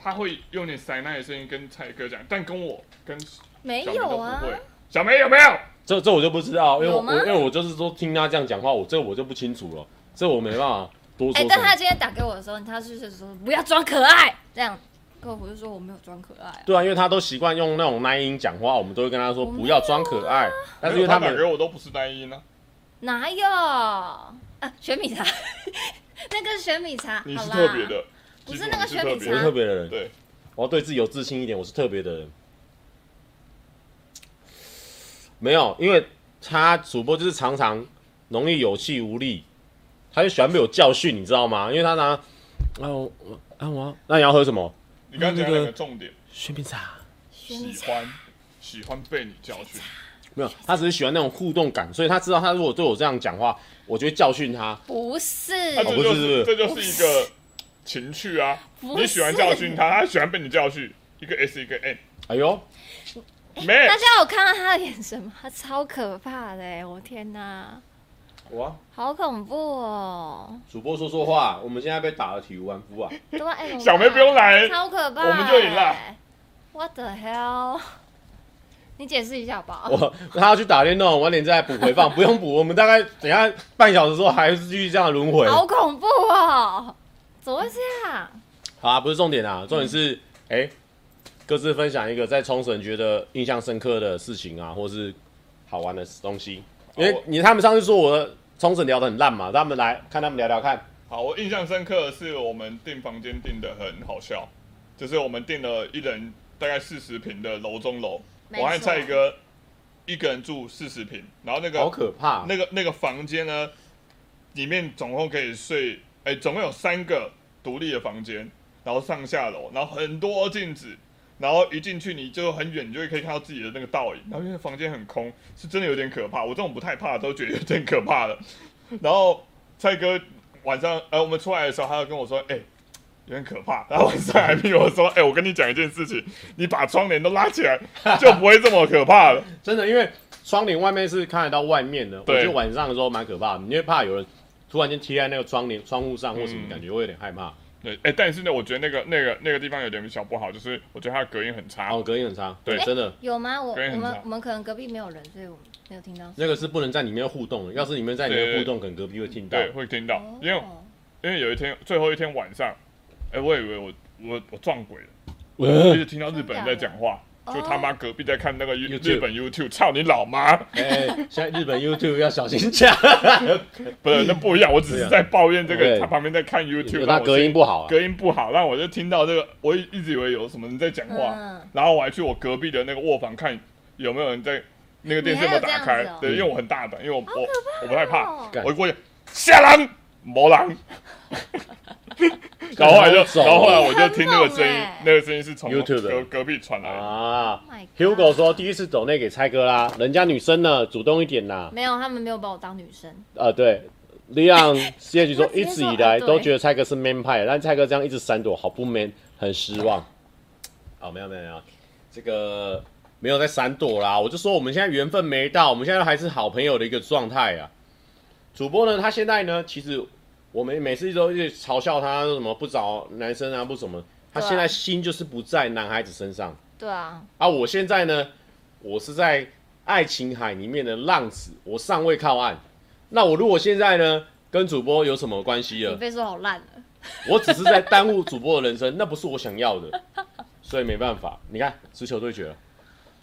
S1: 他，他会用点塞奶的声音跟蔡哥讲，但跟我跟
S3: 没
S1: 小梅都
S3: 有
S1: 不
S3: 啊，
S1: 会。小梅有没有？
S2: 这这我就不知道，因为我
S3: 有吗
S2: 因为我就是说听他这样讲话，我这我就不清楚了，这我没办法。多
S3: 哎、
S2: 说什
S3: 但他
S2: 么。
S3: 今天打给我的时候，他就是说不要装可爱，这样，客服就说我没有装可爱、啊。
S2: 对啊，因为他都习惯用那种耐音讲话，我们都会跟他说
S3: 我没有
S2: 不要装可爱。但是因为
S1: 他
S2: 他
S1: 打给
S2: 们
S1: 我都不是单一呢，
S3: 哪有啊？玄米茶， 那个是玄米茶，
S1: 你
S3: 好
S1: 是
S3: 啦
S1: 特别，的，
S3: 不
S1: 记
S3: 是
S1: 住
S3: 那个
S1: 你
S3: 选
S1: 特
S3: 品
S1: 别
S2: 我是
S1: 的
S3: 茶
S2: 特别的人，
S1: 对，
S2: 我要对自己有自信一点，我是特别的人。没有，因为他主播就是常常容易有气无力，他就喜欢被我教训，你知道吗？因为他拿啊我我啊我要那你要喝什么？
S1: 你刚刚讲
S2: 那个
S1: 两个重点，
S2: 雪冰茶。
S3: 玄米
S1: 喜
S3: 茶，
S1: 欢喜欢被你教训，
S2: 没有，他只是喜欢那种互动感，所以他知道他如果对我这样讲话，我就会教训他。
S3: 不是，
S1: 啊，这就
S2: 不是
S1: 是这就是一个情趣啊，
S3: 不
S1: 你喜欢
S3: 是
S1: 教训他，他喜欢被你教训，一个 S 一个 N，man
S2: 哎呦，
S3: 大家有看到他的眼神吗？他超可怕的、欸，我天哪，
S1: 啊
S2: 哇，
S3: 好恐怖哦！
S2: 主播说说话，我们现在被打的体无完肤啊！
S3: 对 吧？哎，我
S1: 小梅不用来
S3: 超可怕、欸，
S1: 我们就赢了。
S3: What the hell？你解释一下吧。
S2: 我他要去打电动，晚点再补回放，不用补，我们大概等一下半小时之后还是继续这样轮回。
S3: 好恐怖哦！怎么会这样？
S2: 好啊，不是重点
S1: 嗯
S2: 啊，重点是哎、各自分享一个在冲绳觉得印象深刻的事情啊，或是好玩的东西。因为
S1: 好我
S2: 你他们上次说我的冲绳聊得很烂嘛，他们来看他们聊聊看。
S1: 好，我印象深刻的是我们订房间订的很好笑，就是我们订了一人大概四十平的楼中楼，
S3: 没错
S1: 我和蔡哥一个人住四十平，然后那
S2: 好
S1: 个
S2: 可怕！
S1: 啊
S2: 啊
S1: 那个那个房间呢，里面总共可以睡，哎、总共有三个独立的房间，然后上下楼，然后很多镜子。然后一进去，你就很远，你就可以看到自己的那个倒影。然后因为房间很空，是真的有点可怕。我这种不太怕，都觉得有点可怕了。 然后蔡哥晚上，呃，我们出来的时候，他就跟我说：“哎、有点可怕。”然后晚上还逼我说：“哎、我跟你讲一件事情，你把窗帘都拉起来，就不会这么可怕了。
S2: 真的，因为窗帘外面是看得到外面的，我
S1: 对
S2: 觉得晚上的时候蛮可怕的，因为怕有人突然间贴在那个窗帘窗户上或什么，
S1: 嗯
S2: 感觉会有点害怕。”
S1: 对，哎、但是呢，我觉得那个那个那个地方有点小不好，就是我觉得它的隔音很差。
S2: 然哦后隔音很差，
S1: 啊对
S2: 真的
S3: 有吗？我
S1: 隔音
S3: 我
S1: 很
S3: 们
S1: 差
S3: 我们可能隔壁没有人，所以我们没有听到。
S2: 那个是不能在里面互动的，要是你们在里面互动，可能隔壁会听到。
S1: 对，会听到，因为
S3: 哦
S1: 因为有一天最后一天晚上，哎、我以为我我我撞鬼了，一
S2: 呃
S1: 直听到日本人在讲话，
S3: 真
S1: 就
S3: 假的哦
S1: 他妈隔壁在看那个日
S2: YouTube
S1: 日本 YouTube，操你老妈！
S2: 哎，现在日本 YouTube 要小心讲，
S1: 不是，那不一样，我只是在抱怨这
S2: 对
S1: 个，他旁边在看 YouTube，
S2: 他隔音不好
S1: 好
S2: 啊。
S1: 隔音不好，让我就听到这个，我一一直以为有什么人在讲话，
S3: 嗯
S1: 然后我还去我隔壁的那个卧房看有没有人在那个电视有没有打
S3: 你还有这
S1: 开，
S3: 样子哦
S1: 对，因为我很大胆，因为我、我我不害怕，
S3: 哦
S2: 干
S1: 我一过去下狼魔狼，然后后来就
S2: 好走
S1: 然后后来我就听那个声音
S3: 你很猛欸，
S1: 那个声音是从
S2: YouTube 的
S1: 隔隔壁传来的，
S2: 啊
S3: Oh my God
S2: ，Hugo 说第一次走内给蔡哥啦，人家女生呢主动一点啦。
S3: 没有，他们没有把我当女生。
S2: 啊，对。Leon 谢局说
S3: 他直
S2: 一
S3: 接
S2: 直
S3: 说
S2: 以来
S3: 啊对
S2: 都觉得蔡哥是 man 派，但蔡哥这样一直闪躲，好不 man，很失望。哦，没有没有没有，这个没有在闪躲啦，我就说我们现在缘分没到，我们现在还是好朋友的一个状态啊。主播呢，他现在呢，其实我们每次都去嘲笑他说什么不找男生啊，不什么，他
S3: 对啊
S2: 现在心就是不在男孩子身上。
S3: 对啊，
S2: 啊，我现在呢，我是在爱情海里面的浪子，我尚未靠岸。那我如果现在呢，跟主播有什么关系
S3: 你
S2: 了？
S3: 被说好烂了。
S2: 我只是在耽误主播的人生，那 不是我想要的，所以没办法。你看，直球对决了，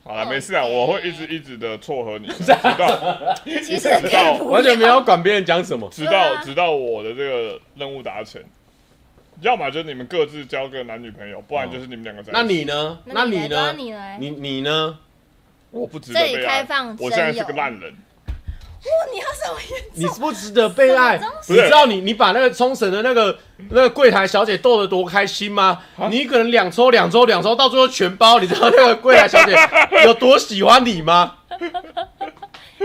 S1: 好了，
S3: 哦
S1: 没事啊，我会一直一直的撮合你， 直到
S3: 其实
S1: 知道
S2: 完全没有管别人讲什么。
S1: 直
S3: 对
S1: 到
S3: 啊
S1: 直到我的这个任务达成。要么就是你们各自交个男女朋友，不然就是你们两个在一起。
S2: 那你呢？那你
S3: 呢？
S2: 呢？
S3: 你来，
S2: 你你呢？
S1: 我不值得
S3: 这里
S1: 被
S3: 开
S1: 爱，
S3: 放
S1: 我现在
S3: 真
S1: 是个
S3: 有
S1: 烂人。
S3: 你要什么意思？
S2: 你是不值得被爱
S3: 什么东。
S1: 西
S2: 你知道你你把那个冲绳的那个那个柜台小姐逗得多开心吗？你可能两抽两抽两抽，到最后全包。你知道那个柜台小姐有多喜欢你吗？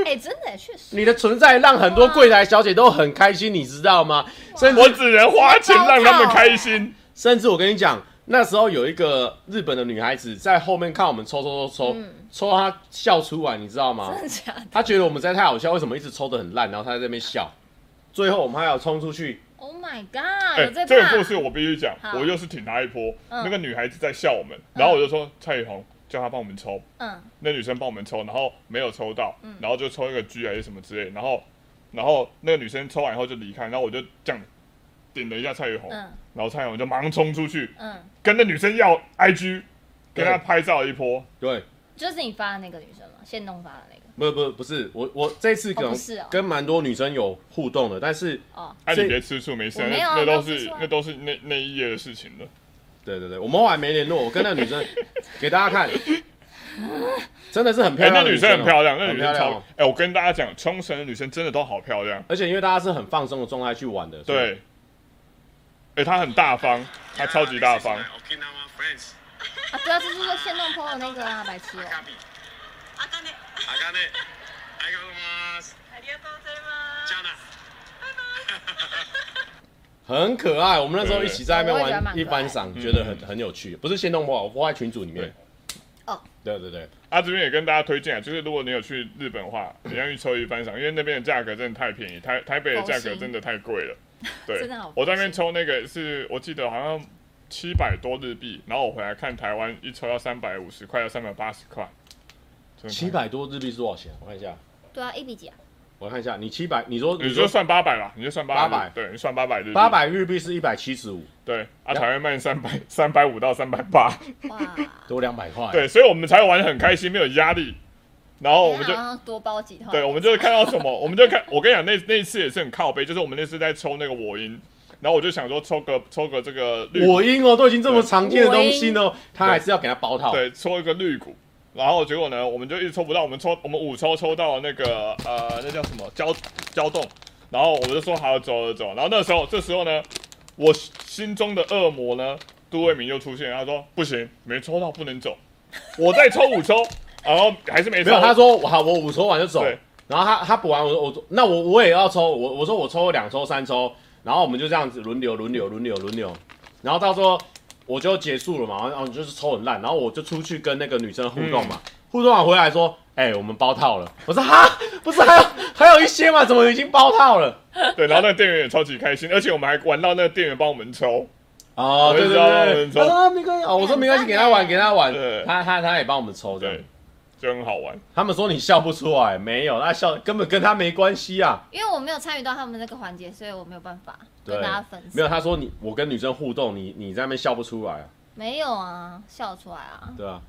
S3: 哎，真的确实。
S2: 你的存在让很多柜台小姐都很开心，你知道吗？甚
S1: 我
S2: 至
S1: 只能花钱让他们开心。
S2: 甚至我跟你讲，那时候有一个日本的女孩子在后面看我们抽抽抽抽
S3: 嗯，
S2: 抽到她笑出来，你知道吗
S3: 真？的假的
S2: 她觉得我们实在太好笑，为什么一直抽得很烂，然后她在那边笑。最后我们还要冲出去，
S3: ？Oh my god！
S1: 哎、
S3: 有在
S1: 这个
S3: 怕
S1: 故事我必须讲，
S3: 啊好
S1: 我又是挺他一波。
S3: 嗯
S1: 那个女孩子在笑我们，然后我就说、蔡雨虹叫她帮我们抽，
S3: 嗯，
S1: 那女生帮我们抽，然后没有抽到
S3: 嗯，
S1: 然后就抽一个 G 还是什么之类，然后然后那个女生抽完以后就离开，然后我就这样顶了一下蔡宇红，
S3: 嗯
S1: 然后蔡宇红就马上冲出去
S3: 嗯，
S1: 跟那女生要 IG，
S2: 对
S1: 跟她拍照一波。
S2: 对，
S3: 就是你发的那个女生嘛，现弄发的那个
S2: 不不不是，我我这次可
S3: 哦
S2: 能
S3: 不是哦
S2: 跟蛮多女生有互动的，但是
S3: 哦，
S1: 哎，
S2: 所以
S1: 你别吃醋，没事，
S3: 我
S1: 那
S3: 没有啊
S1: 那都
S3: 没有吃
S1: 是
S3: 醋啊
S1: 那都是那那一夜的事情了。
S2: 对对对，我们后来没联络，我跟那 女生给大家看，真的是很漂
S1: 哎，那
S2: 亮的
S1: 女生
S2: 哦
S1: 很漂亮，那
S2: 很
S1: 女
S2: 漂
S1: 生
S2: 亮
S1: 超
S2: 哦。
S1: 哎，我跟大家讲，冲绳的女生真的都好漂亮。
S2: 而且因为大家是很放松的状态去玩的，所以，
S1: 对，哎，她很大方，她超级大方。
S4: Okinawa friends.
S3: 啊对啊，这就是现 弄 PO 的那个啊，白痴哦、
S4: Akabi.
S5: あかね
S4: Akane. Arigatou
S5: ありがとうございます。
S4: Chana.
S2: 很可爱。我们那时候一起在那边
S3: 对对对我也
S2: 玩一
S3: 觉得蛮可爱
S2: 番赏，觉得很很有趣，不是先动我，我放在群组里面。
S3: 对哦，
S2: 对对对，
S1: 啊，这边也跟大家推荐啊，就是如果你有去日本的话，你要去抽一番赏，因为那边的价格真的太便宜，台台北的价格真的太贵 了。对，
S3: 真的好
S1: 我在那边抽那个是我记得好像七百多日币，然后我回来看台湾一抽要三百五十块，要三百八十块，真的太
S2: 七。百多日币是多少钱？我看一下，
S3: 对啊，一比几 啊？
S2: 我看一下，你七百，你说
S1: 你就算八百吧，你就算八
S2: 800
S1: 对，你算八百日币，
S2: 八百日币是一百七十五，
S1: 对，啊，台湾卖三百三百五到三百八，
S3: 哇，
S2: 多两百块。
S1: 对，所以我们才玩得很开心，没有压力，然哦后我们就
S3: 好像多包几套，
S1: 对，我们就是看到什么，我们就看。我跟你讲，那那一次也是很靠背，就是我们那次在抽那个我音，然后我就想说抽个抽个这个绿，
S2: 我音哦，都已经这么常见的东西呢，他还是要给他包套。
S1: 对，抽一个绿谷，然后结果呢，我们就一直抽不到，我们抽我们五抽抽到那个呃，那叫什么胶胶冻，然后我们就说好走了走了，然后那时候这时候呢，我心中的恶魔呢，杜卫明就出现了，他说不行，没抽到不能走，我再抽五抽，然后还是没抽，
S2: 没有，他说好，我五抽完就走
S1: 对。
S2: 然后他他补完，我说我那我我也要抽，我我说我抽两抽三抽，然后我们就这样子轮流轮流轮流轮流，然后到时候我就结束了嘛，然后就是抽很烂，然后我就出去跟那个女生互动嘛，
S1: 嗯
S2: 互动完回来说，哎、我们包套了，我说哈，不是还有还有一些嘛，怎么已经包套了？
S1: 对，然后那个店员也超级开心，而且我们还玩到那个店员帮我们抽。
S2: 哦，
S1: 我
S2: 对
S1: 也
S2: 对
S1: 知道帮我
S2: 对
S1: 们
S2: 对，
S1: 抽
S2: 他说啊没关系，哦，我说没关系，给他玩给他玩
S1: 对，
S2: 他他他也帮我们抽这样
S1: 对，，就很好玩。
S2: 他们说你笑不出来，没有，他笑根本跟他没关系啊。
S3: 因为我没有参与到他们那个环节，所以我没有办法
S2: 对
S3: 跟大家分享。
S2: 没有，他说你我跟女生互动，你你在那边笑不出来啊，
S3: 没有啊，笑出来啊，
S2: 对啊，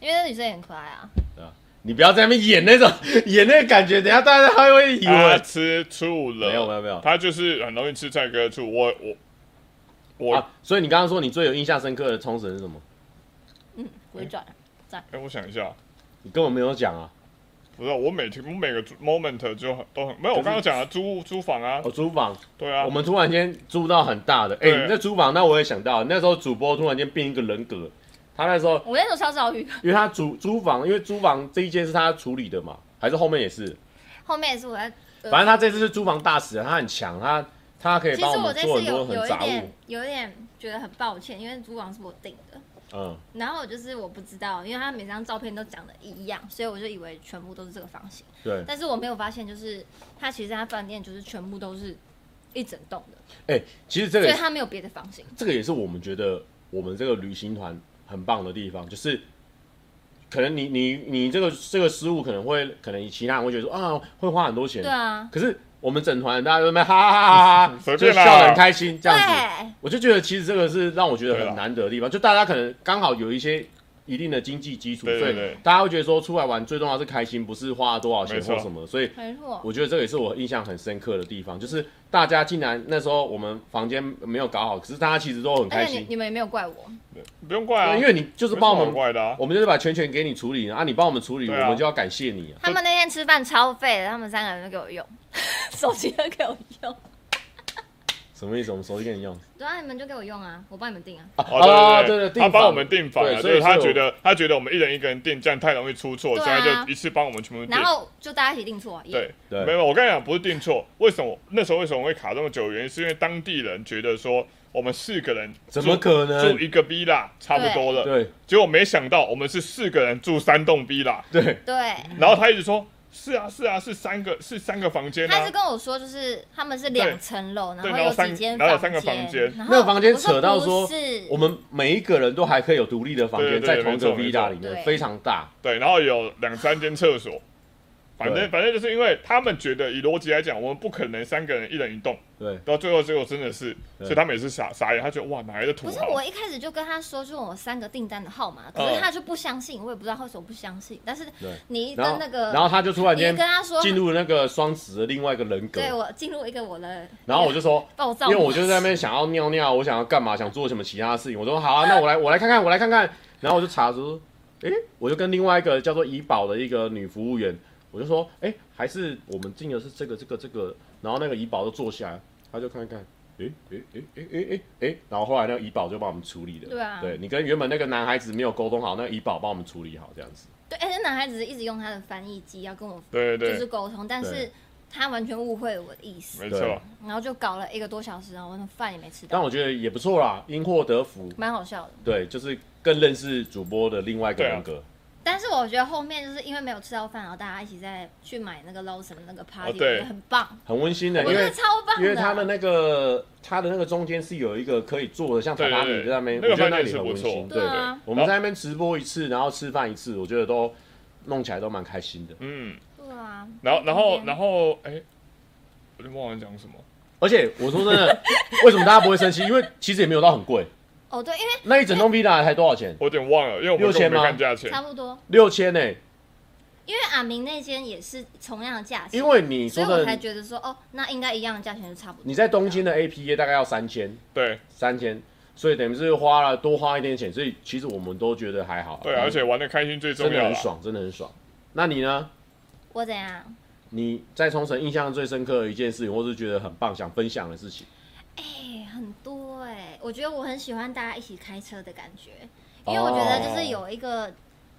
S3: 因为那女生也很可爱啊。
S2: 对啊，你不要在那边演那种 演那个感觉，等一下大家还会以
S1: 他
S2: 为
S1: 吃醋了，
S2: 没有没有没有
S1: 他就是很容易吃蔡哥的醋。我我我，哎、
S2: 啊。所以你刚刚说你最有印象深刻的冲绳是什么？
S3: 嗯，
S1: 哎
S3: 回转，
S1: 我想一下，
S2: 你根本没有讲啊。
S1: 不知道我每天我每个 moment 就很都很没有。我刚刚讲了租租房啊
S2: 哦，，租房，
S1: 对啊，
S2: 我们突然间租到很大的，哎、
S1: 对
S2: 你那租房，那我也想到，那时候主播突然间变一个人格，他那时候
S3: 我那时候超遭遇，
S2: 因为他租租房，因为租房这一件是他处理的嘛，还是后面也是，
S3: 后面也是我在。呃
S2: 反正他这次是租房大使，他很强，他他可以
S3: 其
S2: 帮
S3: 实
S2: 我
S3: 我
S2: 们
S3: 这
S2: 做
S3: 次
S2: 很多
S3: 有有
S2: 很
S3: 一
S2: 杂物
S3: 点，有一点觉得很抱歉，因为主网是我定的，
S2: 嗯。
S3: 然后就是我不知道，因为他每张照片都长得一样，所以我就以为全部都是这个房型，
S2: 对，
S3: 但是我没有发现，就是他其实他饭店就是全部都是一整栋的，
S2: 哎、其实这个
S3: 所
S2: 也
S3: 以
S2: 是
S3: 他没有别的房型。
S2: 这个也是我们觉得我们这个旅行团很棒的地方，就是可能你你你这个这个失误可能会可能其他人会觉得说啊会花很多钱，
S3: 对啊，
S2: 可是我们整团大家都在那边哈哈哈哈哈，
S1: 随
S2: 就
S1: 便啦
S2: 笑得很开心这样子，
S3: 对，
S2: 我就觉得其实这个是让我觉得
S1: 对
S2: 很
S1: 啦
S2: 难得的地方，就大家可能刚好有一些。一定的经济基础，
S1: 对对
S2: 所以
S1: 对
S2: 大家会觉得说出来玩最重要是开心，不是花了多少钱
S1: 没
S2: 或
S1: 错
S2: 什么。所以
S3: 没错，
S2: 我觉得这个也是我印象很深刻的地方，就是大家竟然那时候我们房间没有搞好，可是大家其实都很开
S3: 而且
S2: 心
S3: 哎你，你们也没有怪我，
S1: 不用怪啊，
S2: 对因为你就是帮我
S1: 没什么好
S2: 们，
S1: 怪的啊。
S2: 我们就是把全权给你处理啊，你帮我们处理，
S1: 对啊
S2: 我们就要感谢你啊。
S3: 他们那天吃饭超费的，他们三个人都给我用，手机都给我 用，
S2: 什么意思？我们手机给你用
S3: 对啊，你们就给我用啊，我帮你们订啊，
S1: 哦，
S2: 对对，
S1: 对他
S2: 订房
S1: 帮我们订房
S2: 对
S1: 啊，
S2: 所
S1: 就
S2: 以
S1: 是他
S2: 所以
S1: 觉
S2: 我
S1: 得他觉得我们一人一个人订，这样太容易出错，
S3: 对
S1: 所
S3: 啊
S1: 以他就一次帮我们全部订
S3: 然。后就大家一起订错啊，
S1: 对，
S2: 对
S1: 没有，我跟你讲，不是订错。为什么那时候为什么会卡这么久？原因是因为当地人觉得说我们四个人
S2: 怎么可能
S1: 住一个 villa 差不多了，
S2: 对
S1: 结果没想到我们是四个人住三栋 villa，
S2: 对
S3: 对。
S2: 嗯
S1: 然后他一直说。是啊，是啊，是三个，是三个房间
S3: 他一直
S1: 啊。
S3: 跟我说，就是他们是两层楼，然
S1: 对
S3: 后
S1: 然后
S3: 有
S1: 三
S3: 几间
S1: 然后有
S3: 房
S1: 三个房间
S3: 然后
S2: 那个房间
S3: 我说
S2: 扯到
S3: 不
S2: 说
S3: 是，
S2: 我们每一个人都还可以有独立的房间，
S1: 对对对
S2: 在同一个
S1: 没错
S2: villa 里
S3: 没
S2: 面，
S3: 错
S2: 非常大。
S1: 对，然后有两三间厕所，反正
S2: 对
S1: 反正就是因为他们觉得以逻辑来讲，我们不可能三个人一人一动，
S2: 对，
S1: 到最后结果真的是，
S2: 对
S1: 所以他们也是傻傻眼，他觉得哇哪来的土
S3: 不是
S1: 豪
S3: 我？一开始就跟他说，就是我三个订单的号码，可
S1: 嗯
S3: 是他就不相信，我也不知道他为什么不相信。但是
S2: 对
S3: 你一
S2: 然后
S3: 跟那个，
S2: 然后他就突然
S3: 你一
S2: 间
S3: 跟他说，
S2: 进入那个双子的另外一个人格，
S3: 对我进入一个我的，
S2: 然后我就说，
S3: 暴躁
S2: 因
S3: 模
S2: 为
S3: 式，
S2: 我就在那边想要尿尿，我想要干嘛，想做什么其他的事情。我说好啊，那我来，我来看看，我来看看。然后我就查出，诶，我就跟另外一个叫做怡宝的一个女服务员，我就说，诶，还是我们进的是这个这个这个。然后那个怡宝就坐下来，他就看一看，诶诶诶诶诶诶诶，然后后来那个怡宝就帮我们处理了。
S3: 对啊
S2: 对你跟原本那个男孩子没有沟通好，那个怡宝帮我们处理好这样子。
S3: 对，而且男孩子一直用他的翻译机要跟我
S1: 对
S3: 就
S1: 对
S3: 是
S1: 对，
S3: 沟通，但是
S2: 对
S3: 他完全误会我的意思，
S1: 没
S2: 对
S1: 错，
S3: 然后就搞了一个多小时，然后我的饭也没吃
S2: 但
S3: 到，
S2: 我觉得也不错啦，因祸得福。
S3: 蛮好笑的。
S2: 对，就是更认识主播的另外一个
S1: 对啊
S2: 人格。
S3: 但是我觉得后面就是因为没有吃到饭，然后大家一起再去买那个 Lawson 的那个 party，、
S1: 对
S3: 我觉得很棒，
S2: 很温馨的，
S3: 我
S2: 哦因
S3: 觉
S2: 为
S3: 得超棒的。啊
S2: 因为它的那个它的那个中间是有一个可以坐的，像榻榻
S1: 对对
S2: 米
S1: 对
S2: 在那边，
S1: 那个
S2: 我觉得那
S1: 饭店
S2: 里
S1: 是
S2: 很
S1: 不
S2: 温
S1: 错
S2: 馨。
S3: 对啊，
S2: 我们在那边直播一次，然后吃饭一次，我觉得都弄起来都蛮开心的。
S1: 嗯，
S3: 对啊。
S1: 然后然后然
S3: 后
S1: 后哎，我就忘了讲什么，
S2: 而且我说真的， 为什么大家不会生气？因为其实也没有到很贵，
S3: 哦对，因为
S2: 那一整栋 villa 才多少钱？
S1: 我有点忘了，因为我们
S2: 六
S1: 根
S2: 千
S1: 本没
S2: 吗
S1: 看价钱，
S3: 差不多，
S2: 六千呢、
S3: 因为阿明那间也是同样的价钱，
S2: 因为你
S3: 所以
S2: 说
S3: 我
S2: 真
S3: 才
S2: 的，
S3: 觉得说哦，那应该一样的价钱就差不多。
S2: 你在东京的 APA 大概要三千，
S1: 对
S2: 三千，所以等于是花了多花一点钱，所以其实我们都觉得还好。嗯
S1: 对，而且玩的开心最重
S2: 真的
S1: 要
S2: 很
S1: 啦。
S2: 爽，真的很爽。那你呢？
S3: 我怎样？
S2: 你在冲绳印象最深刻的一件事情，或是觉得很棒想分享的事情，
S3: 哎、很多哎、我觉得我很喜欢大家一起开车的感觉，
S2: 哦
S3: 因为我觉得就是有一个、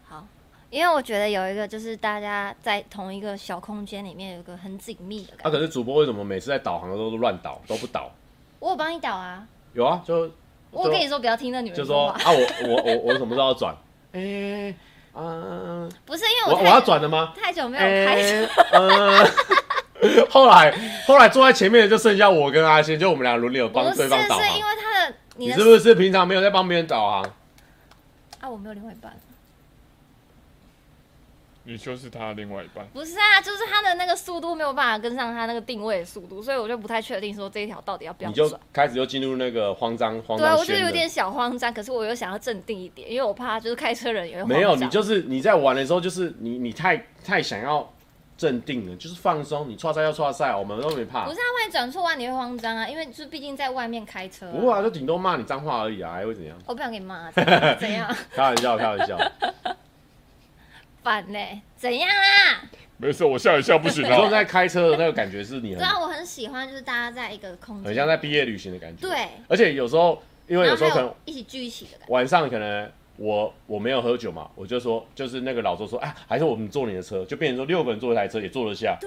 S3: 好，因为我觉得有一个就是大家在同一个小空间里面有一个很紧密的
S2: 啊，
S3: 感觉。
S2: 可是主播为什么每次在导航的时候都乱导，都不导？
S3: 我有帮你导啊，
S2: 有啊，就
S3: 我跟你说不要听那女人
S2: 就说
S3: 话，
S2: 啊，我我我我什么时候要转？哎、啊，
S3: 不是因为
S2: 我
S3: 太
S2: 我要转了吗？
S3: 太久没有
S2: 哎
S3: 开车，
S2: 呃， 后来后来坐在前面的就剩下我跟阿仙，就我们俩轮流
S3: 不
S2: 帮
S3: 是是
S2: 对方导航
S3: 因。为他的你
S2: 你
S3: 的
S2: 是不是平常没有在帮别人导航？
S3: 啊，我没有另外一半。
S1: 你就是他的另外一半，
S3: 不是啊，就是他的那个速度没有办法跟上他那个定位的速度，所以我就不太确定说这一条到底要不要
S2: 你
S3: 转
S2: 就。开始就进入那个慌张慌
S3: 对啊，
S2: 张
S3: 我就
S2: 圈
S3: 有
S2: 了。
S3: 点小慌张，可是我又想要镇定一点，因为我怕就是开车人也会慌张
S2: 没有，你就是你在玩的时候，就是你你太太想要镇定了，就是放松，你错赛就错赛，我们都没怕
S3: 不。是啊，万一转错弯你会慌张啊，因为就是毕竟在外面开车、
S2: 不会啊，就顶多骂你脏话而已啊，还 会怎样？
S3: 我不想给你骂、啊，怎 样？
S2: 开玩笑，开玩笑。
S3: 烦呢、怎样啊？
S1: 没事，我笑一笑不行
S2: 你说
S1: 啊，
S2: 在开车的那个感觉是你
S3: 对啊，
S2: 很
S3: 我很喜欢就是大家在一个空间，
S2: 很像在毕业旅行的感觉。
S3: 对，
S2: 而且有时候，因为
S3: 然
S2: 有
S3: 后
S2: 时
S3: 还
S2: 候可能
S3: 有一起聚一起的感觉。
S2: 晚上可能我我没有喝酒嘛，我就说就是那个老周说，啊，还是我们坐你的车，就变成说六个人坐一台车也坐得下，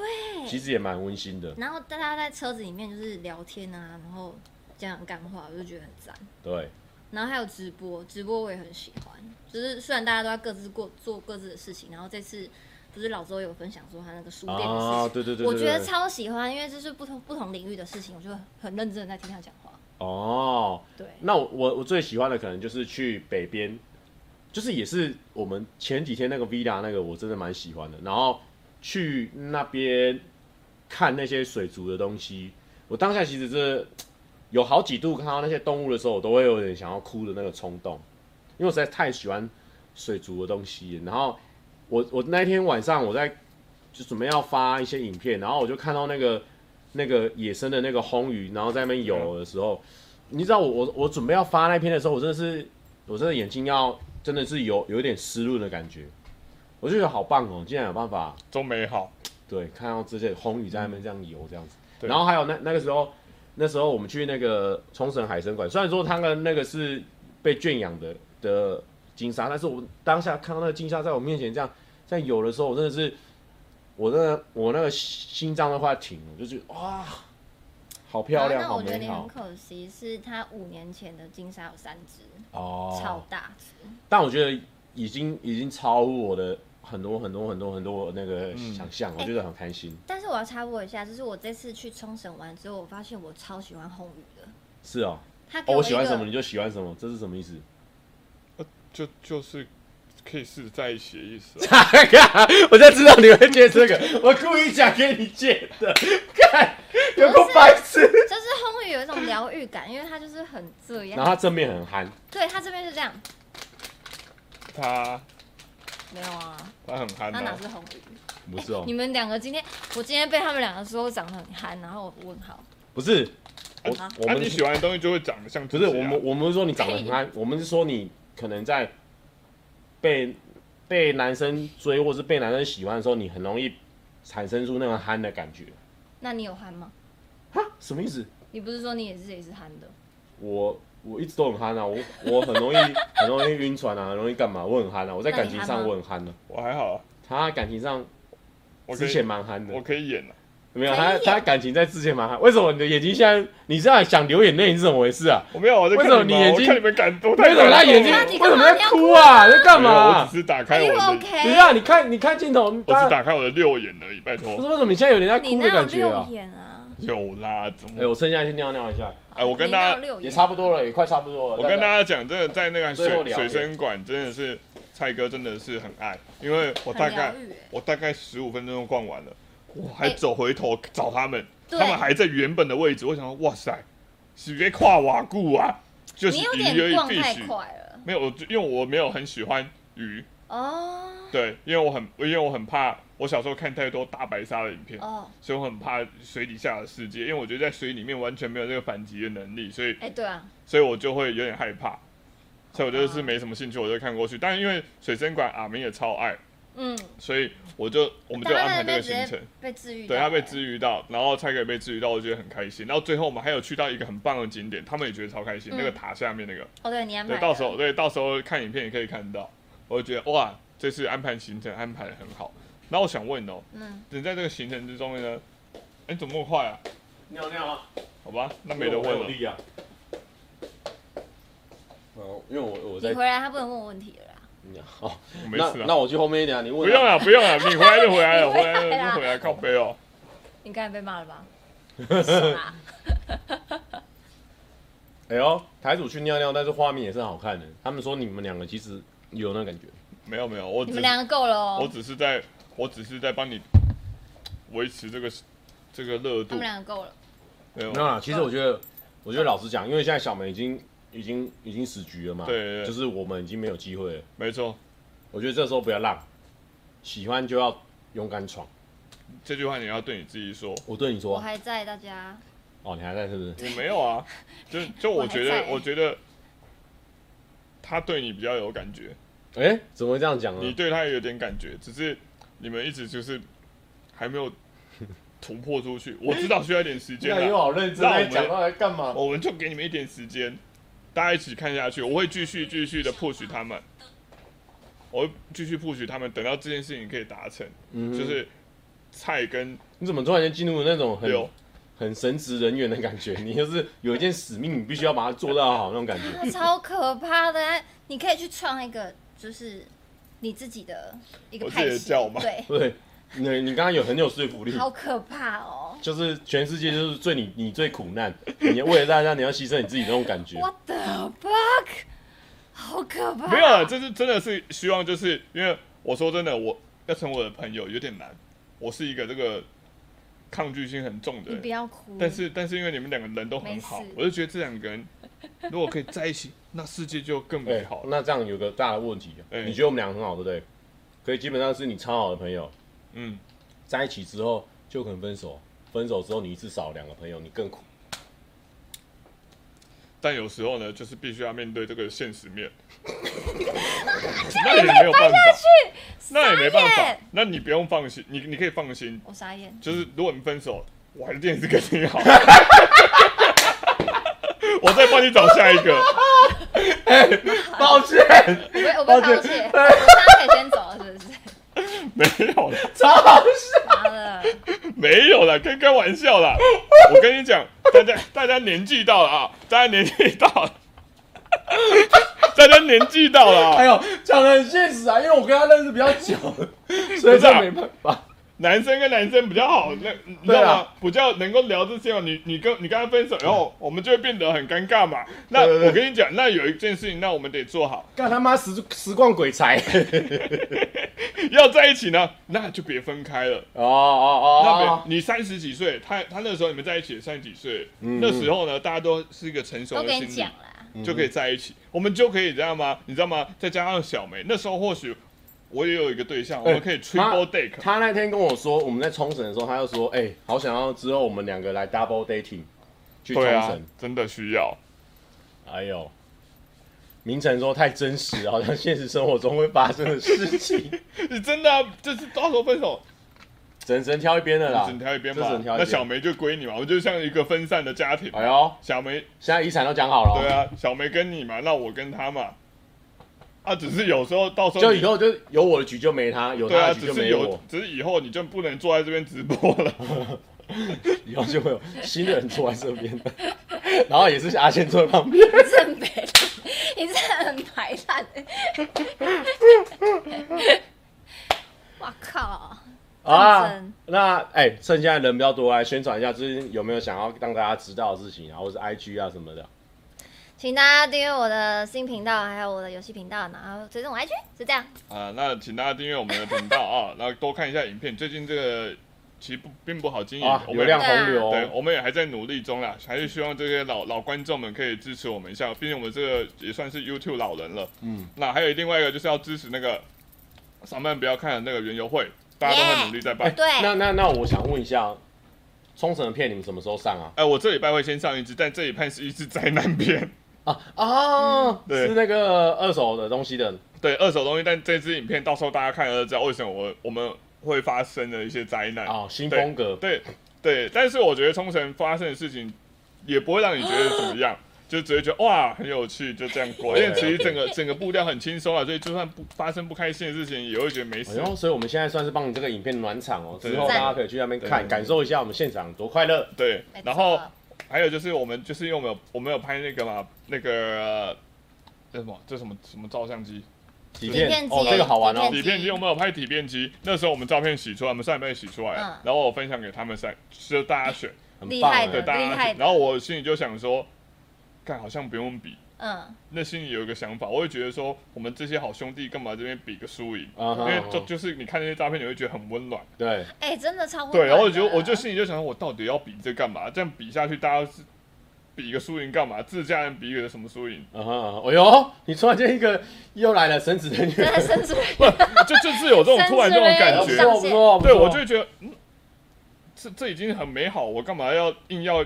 S2: 其
S3: 对，
S2: 实也蛮温馨的。
S3: 然后大家在车子里面就是聊天啊，然后讲讲干话，我就觉得很赞。
S2: 对，
S3: 然后还有直播，直播我也很喜欢。就是虽然大家都在各自过做各自的事情，然后这次不是老周有分享说他那个书店的事情，
S2: 啊，对对对对对，
S3: 我觉得
S2: 对
S3: 超喜欢，因为这是不同不同领域的事情，我就很认真的在听他讲话。
S2: 哦，
S3: 对，
S2: 那我我我最喜欢的可能就是去北边，就是也是我们前几天那个 villa 那个我真的蛮喜欢的，然后去那边看那些水族的东西，我当下其实是有好几度看到那些动物的时候，我都会有点想要哭的那个冲动，因为我实在太喜欢水族的东西了。然后我我那天晚上我在就准备要发一些影片，然后我就看到那个那个野生的那个红鱼，然后在那边游的时候，你知道我我我准备要发那篇的时候，我真的是我真的眼睛要真的是有有一点湿润的感觉，我就觉得好棒哦，竟然有办法
S1: 都美好，
S2: 对，看到这些红鱼在那边这样游这样子。
S1: 对
S2: 然后还有那那个时候，那时候我们去那个冲绳海参馆，虽然说它跟那个是被圈养的的金鲨，但是我当下看到那个金鲨在我面前这样在游的时候，我真的是，我那个我那个心脏都快停了，就觉得哇，好漂亮，
S3: 然后
S2: 好
S3: 啊那我觉得
S2: 美
S3: 你很
S2: 好
S3: 可惜，是他五年前的金沙有三只，超
S2: 哦。
S3: 大只。
S2: 但我觉得已经已经超乎我的很多很多很多很多那个想象，
S3: 哎
S2: 我觉得很开心。
S3: 但是我要插播一下，就是我这次去冲绳玩之后，我发现我超喜欢红鱼的。
S2: 是哦，
S3: 他给
S2: 哦，我
S3: 一
S2: 喜
S3: 个
S2: 欢什么你就喜欢什么，这是什么意思？
S1: 就就是可以试着在一起的意思、 啊。
S2: 我就知道你会接这个，我故意讲给你借的。看，有个白痴。
S3: 就是烘焙有一种疗愈感，因为它就是很这
S1: 嗯
S2: 然后
S3: 样。啊
S2: 他正面很憨，
S3: 对，它这边是这样，
S1: 他
S3: 没有啊，
S1: 他很憨
S3: 它哪
S1: 哦、
S3: 是红鱼？
S2: 不是哦
S3: 你，们两个今天，我今天被他们两个说长得很憨，然后我问号，
S2: 不是我
S3: 啊
S2: 我
S1: 那、
S2: 们
S1: 你喜欢的东西就会长得像自
S2: 不
S1: 己
S2: 是
S1: 啊、
S2: 我们我们说你长得很憨，我们是说你可能在被被男生追或是被男生喜欢的时候，你很容易产生出那种憨的感觉。
S3: 那你有憨吗？
S2: 哈，什么意思？
S3: 你不是说你也是也是憨的？
S2: 我我一直都很憨啊， 我我很容易很容易晕船啊，很容易干嘛？我很憨啊，我在感情
S3: 那你憨
S2: 上
S3: 吗
S2: 我很憨啊。
S1: 我还好、啊，
S2: 他感情上
S1: 我可
S2: 之前
S1: 以
S2: 蛮憨的
S1: 我，可以演啊。
S2: 没有
S3: 可以
S2: 他
S3: 演
S2: 他感情在之前蛮憨。为什么你的眼睛现在你这样想流眼泪你是怎么回事啊？
S1: 我没有，我在看
S2: 为什么
S1: 你
S2: 你
S1: 们啊，
S2: 眼
S1: 我
S2: 睛
S1: 看你们感动太
S2: 为
S1: 感
S2: 什
S1: 动
S2: 么
S1: 了。
S2: 他眼睛
S3: 那你
S2: 为
S3: 干
S2: 什
S3: 嘛
S2: 么在哭啊？在干
S1: 没有我
S2: 嘛
S1: 只？是打开哎
S3: Are
S1: 我
S3: you
S1: 的，
S2: 等一
S3: 哎 OK？
S2: 下你看你看镜头，
S1: 我只
S2: 大家
S1: 是打开我的六眼而已，拜
S2: 不
S1: 托。
S2: 是为什么你现在有点在
S3: 你
S2: 哭的
S3: 哪有
S2: 感觉
S3: 六
S2: 啊？
S3: 眼啊？
S1: 有啦，怎
S2: 哎，
S1: 么？
S2: 我趁现在去尿尿一下，
S1: 哎，我跟
S3: 你
S1: 大
S3: 哪有
S1: 家
S3: 六眼
S2: 也差不多了，也快差不多了。
S1: 我跟大
S2: 家
S1: 家讲，真的在那个
S2: 最后
S1: 水
S2: 聊
S1: 水生馆，真的是蔡哥真的是很爱，因为我大概
S3: 很疗愈欸
S1: 我大概十五分钟就逛完了，我还
S3: 哎
S1: 走回头找他们，
S3: 对
S1: 他们还在原本的位置，我想说，哇塞，是别跨瓦固啊，就是
S3: 你有
S1: 鱼而
S3: 点
S1: 已
S3: 逛
S1: 必
S3: 太
S1: 须
S3: 快了
S1: 没有，我因为我没有很喜欢鱼，
S3: 哦
S1: 对，因为我很因为我很怕，我小时候看太多大白鲨的影片，
S3: 哦，
S1: 所以我很怕水底下的世界，因为我觉得在水里面完全没有这个反击的能力，所以
S3: 哎对啊，
S1: 所以我就会有点害怕，所以我就是
S3: 啊
S1: 没什么兴趣，我就看过去。但因为水生馆阿明也超爱，
S3: 嗯，
S1: 所以我就我们
S3: 但
S1: 就
S3: 他
S1: 安
S3: 在那
S1: 排这个
S3: 边直
S1: 行程
S3: 接。被治愈，
S1: 对他被，治愈到，然后蔡哥也被治愈到，我觉得很开心。然后最后我们还有去到一个很棒的景点，他们也觉得超开心，
S3: 嗯
S1: 那个塔下面那个。
S3: 哦对，你安排
S1: 对，
S3: 的
S1: 到时候对到时候看影片也可以看到，我就觉得哇，这次安排行程安排的很好。然后我想问哦，
S3: 嗯，
S1: 你在这个行程之中呢，哎，怎么那么快啊？
S2: 尿尿啊，
S1: 好吧，那没得问了。
S2: 力啊。哦，因为我我
S3: 你
S2: 在
S3: 回来他不能问我问题了啦，
S2: 哦，
S1: 我没
S2: 那
S1: 事啊
S2: 那。我去后面一点啊，你问啊。
S1: 不用了，不 用了，你回来就回来了，
S3: 你回
S1: 回来
S3: 来啊
S1: 了
S3: 啦
S1: 就回来，靠背哦。
S3: 你刚才被骂了 吧？爽啊
S2: 哎呦，台主去尿尿，但是画面也是很好看的。他们说你们两个其实有那感觉，
S1: 没有没有，我
S3: 你
S1: 只
S3: 们两个够了
S1: 我
S3: 哦，
S1: 只是在我只是在帮你维持这个这个热
S3: 他
S1: 度
S3: 们，两个够了，
S1: 没有
S2: 没有啊啦。其实我觉得，我觉得老实讲，因为现在小梅已经已经已经死局了嘛，
S1: 对对对
S2: 就是我们已经没有机会了。
S1: 没错，
S2: 我觉得这时候不要浪，喜欢就要勇敢闯。
S1: 这句话你要对你自 己说。
S2: 我对你说
S3: 我，还在大 家，
S2: 哦，你还在是不是？
S1: 我没有啊，就就我觉
S3: 我还
S1: 得
S3: 在，欸
S1: 我觉得他对你比较有感觉，
S2: 哎、怎么会这样讲
S1: 你
S2: 呢？
S1: 对他也有点感觉，只是你们一直就是还没有突破出去。我知道需要一点时 间啊
S2: 那
S1: 啦
S2: 又好认真
S1: 那我
S2: 在
S1: 们
S2: 讲，到来干嘛？
S1: 我们就给你们一点时间，大家一起看下去。我会继续继续的 push 他们，我会继续 push 他们，等到这件事情可以达成，
S2: 嗯哼
S1: 就是菜跟
S2: 你怎么突然间进入那种很
S1: 柳。
S2: 很神职人员的感觉？你就是有一件使命，你必须要把它做到好那种感觉。
S3: 他超可怕的，啊你可以去创一个就是你自己的一个
S1: 我自己
S3: 派
S1: 的
S3: 系
S1: 教嘛，
S3: 对，
S2: 对，你你刚刚有很有说服力，
S3: 好可怕哦，
S2: 就是全世界就是最你你最苦难，你为了大家你要牺牲你自己那种感觉。
S3: 我的 fuck，好可怕！
S1: 嗯
S3: 啊
S1: 没有了，这是真的是希望，就是因为我说真的，我要成为我的朋友有点难，我是一个这个抗拒心很重的
S3: 你不
S1: 人。
S3: 要哭。
S1: 但是但是因为你们两个人都很好
S3: 没事，
S1: 我就觉得这两个人如果可以在一起，那世界就更
S2: 哎、
S1: 美好了。
S2: 那这样有个大的问题，
S1: 哎
S2: 你觉得我们俩很好，对不对？可以，基本上是你超好的朋友，
S1: 嗯，
S2: 在一起之后就可能分手，分手之后你一次少两个朋友，你更苦。
S1: 但有时候呢，就是必须要面对这个现实 面，那也没有办法，那也没办
S3: 傻
S1: 法
S3: 眼。
S1: 那你不用放心，你你可以放心，
S3: 我傻眼，
S1: 就是如果你分手，我还是电视跟你好， 我再帮你找下一个。
S2: 抱歉，
S3: 我被我被
S2: 抱
S3: 抛
S2: 歉
S3: 弃，我他可以先走了，是不 是？
S1: 没有啦，
S2: 超好笑。
S3: 妈的，
S1: 没有啦，开开玩笑啦。我跟你讲，大家大家年纪到了啊，大家年纪到了， 大家年纪到了
S2: 哎
S1: 啊。
S2: 呦，讲的很现实啊，因为我跟他认识比较久，所以
S1: 不是啊
S2: 这没办法。
S1: 男生跟男生比较好，那你知
S2: 对
S1: 道
S2: 啊
S1: 吗？比较能够聊这些嘛。你你跟你跟他分手以后，我们就会变得很尴尬嘛。那
S2: 对对对
S1: 我跟你讲，那有一件事情，那我们得做好，
S2: 干他妈时时光鬼才！
S1: 要在一起呢，那就别分开了。
S2: 哦哦
S1: 那边
S2: 哦，
S1: 你三十几岁，他他那时候你们在一起也三十几岁，
S2: 嗯
S1: 那时候呢，大家都是一个成熟
S3: 都
S1: 的
S3: 跟你
S1: 心
S3: 讲
S1: 理，
S3: 啦，
S1: 就可以在一起。我们就可以这样吗？你知道吗？再加上小梅，那时候或许我也有一个对象，我们可以 triple
S2: 哎他
S1: date。
S2: 他那天跟我说，我们在冲绳的时候，他就说：“哎、好想要之后我们两个来 double dating 去冲
S1: 对啊
S2: 绳。，
S1: 真的需要。
S2: 哎呦，明成说太真实，好像现实生活中会发生的事 情。
S1: 你真的、啊、就是到时候分手，
S2: 整整挑一边的啦，
S1: 整条一边
S2: 这
S1: 吧
S2: 整。挑一边。
S1: 那小，梅就归你嘛，我就像一个分散的家庭。
S2: 哎呦，
S1: 小梅，
S2: 现在遗产都讲好了哦，
S1: 对啊，小梅跟你嘛，那我跟她嘛。啊，只是有时候到时候
S2: 就
S1: 你
S2: 以后就有我的局就没他，有
S1: 对
S2: 他
S1: 啊，
S2: 的局
S1: 只
S2: 就是没
S1: 有
S2: 我，，
S1: 只是以后你就不能坐在这边直播了。
S2: 以后就会有新的人坐在这边， 然后也是阿仙坐在旁边。
S3: 你这很白烂，你这很白烂、哇靠！
S2: 好啊
S3: 真，
S2: 那哎、趁现在人比较多，来宣传一下最近有没有想要让大家知道的事情啊，或是 IG 啊什么的。
S3: 请大家订阅我的新频道，还有我的游戏频道，然后追踪我 IG，就这样。
S1: 啊，那请大家订阅我们的频道啊，然后多看一下影片。最近这个其实不并不好经营
S2: 啊，，
S1: 嗯我
S2: 流
S1: 们
S2: 量
S1: 也
S2: 洪
S1: 对，
S2: 流，
S1: 我们也还在努力中啦，还是希望这些老老观众们可以支持我们一下，毕竟我们这个也算是 YouTube 老人了。
S2: 嗯，
S1: 那还有另外一个就是要支持那个上班不要看的那个原油会，大家都很努力在办。
S2: 哎
S1: 哎、
S3: 对
S2: 那那那我想问一下，冲绳的片你们什么时候上啊？
S1: 哎我这礼拜会先上一支，但这礼拜是一支灾难片，
S2: 啊啊，
S1: 嗯对
S2: 是那个二手的东西的，
S1: 对，二手东西。但这支影片到时候大家看了就知道为什么我我们会发生的一些灾难
S2: 哦，新
S1: 哎对
S2: 风格，
S1: 对对，但是我觉得冲绳发生的事情也不会让你觉得怎么 样，就只会觉得哇很有趣，就这样过。因为其实整个整个步调很轻松啊，所以就算不发生不开心的事情，也会觉得没
S2: 哎
S1: 事。
S2: 呦，所以我们现在算是帮你这个影片暖场哦，
S1: 对
S2: 之后大
S3: 赞
S2: 家可以去那边看，
S1: 对
S2: 感受一下我们现场多快乐。
S1: 对
S3: 没，错
S1: 然后还有就是我们就是因为我们有我们有拍那个嘛，那个呃那什么这什么什么照相机
S2: 底
S3: 底片
S2: 片
S3: 机
S2: 哦，这个好玩
S3: 底
S2: 哦
S3: 片机，
S1: 底片机，我们有拍底片机，那时候我们照片洗出来，我们上礼拜洗出来了
S3: 嗯，
S1: 然后我分享给他们三，就大家选，
S2: 很
S3: 厉
S2: 棒
S3: 害
S2: 哎
S1: 对
S3: 的
S1: 大
S3: 厉
S1: 家
S3: 害
S1: 选，
S3: 的
S1: 然后我心里就想说，看好像不用比。
S3: 嗯，
S1: 那心里有一个想法，我会觉得说，我们这些好兄弟干嘛这边比个输赢？
S2: 啊
S1: 因
S2: 哈
S1: 为就就是你看那些照片，你会觉得很温暖。
S2: 对，啊
S3: 哎、真的超温
S1: 对，
S3: 暖的
S1: 然后我觉得我
S3: 啊
S1: 就心里就想，我到底要比这干嘛？这样比下去，大家是比个输赢干嘛？自家人比个什么输赢？
S2: 啊哈，哎呦，你突然间一个又来了神子的女
S3: 真的
S2: 人，
S3: 生出来，
S1: 就就是有这种突然这种感
S2: 不
S3: 神之
S1: 觉
S3: 类。
S2: 错不错，不错
S1: 对，我就会觉得，嗯，这这已经很美好，我干嘛要硬要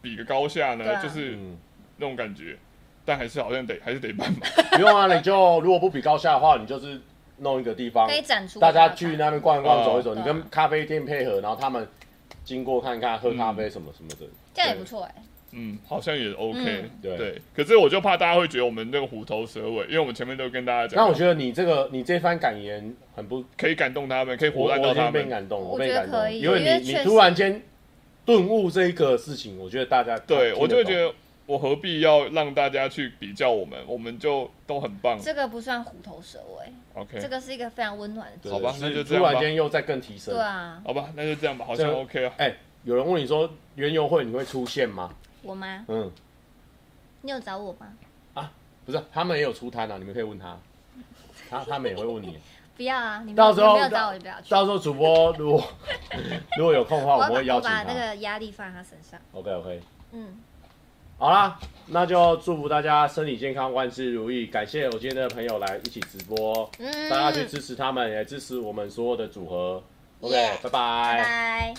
S1: 比个高下
S3: 对
S1: 呢？
S3: 啊
S1: 就是
S2: 嗯，
S1: 那种感觉，但还是好像得还是得办吧。
S2: 不用啊，你就如果不比高下的话，你就是弄一个地方
S3: 可，以展出
S2: 大家去那边逛一逛、
S1: 嗯
S2: 走一走，
S3: 对
S2: 你
S3: 啊
S2: 跟咖啡店配合，然后他们经过看看、喝咖啡什么什么的。
S3: 这样也不错哎、
S1: 嗯，好像也 OK，、
S3: 嗯
S2: 对
S1: 可是我就怕大家会觉得我们那个虎头蛇尾，因为我们前面都跟大家讲，
S2: 那我觉得你这个你这番感言很不，
S1: 可以感动他们，可以
S2: 我我
S1: 活烂
S2: 已
S1: 到
S2: 经
S1: 他
S2: 被你
S1: 们。
S2: 感动，
S3: 我
S2: 被你
S3: 觉得
S2: 感动
S3: 可
S2: 了，
S3: 以
S2: 因为
S3: 因为
S2: 你
S3: 确实
S2: 你突然间顿悟这一个事情，我觉得大家
S1: 对，
S2: 啊听
S1: 我就会
S2: 懂
S1: 觉得我何必要让大家去比较我们，我们就都很棒。
S3: 这个不算虎头蛇尾、
S1: OK，
S3: 这个是一个非常温暖的
S2: 对
S3: 节
S1: 好吧
S2: 是
S1: 那就这
S2: 突
S1: 样吧
S2: 然间又在更提升
S3: 对。啊，
S1: 好吧，那就这样吧，好像
S2: 这
S1: OK 啊。
S2: 哎，有人问你说原油会你会出现吗？
S3: 我吗？
S2: 嗯。
S3: 你有找我吗？
S2: 不是，他们也有出摊啊，你们可以问他，他他们也会 问你。
S3: 不要啊，你没
S2: 到
S3: 有
S2: 时候
S3: 你没有找我就不要去。
S2: 到时候主播如果 如果有空的话，
S3: 我要把
S2: 我们会邀
S3: 我
S2: 请
S3: 把
S2: 他。
S3: 那个压力放在他身上。
S2: OK OK，
S3: 嗯，
S2: 好啦，那就祝福大家身体健康，万事如意。感谢我今天的朋友来一起直播，
S3: 嗯
S2: 大家去支持他们，也支持我们所有的组合。OK，
S3: Yeah，
S2: 拜
S3: 拜拜。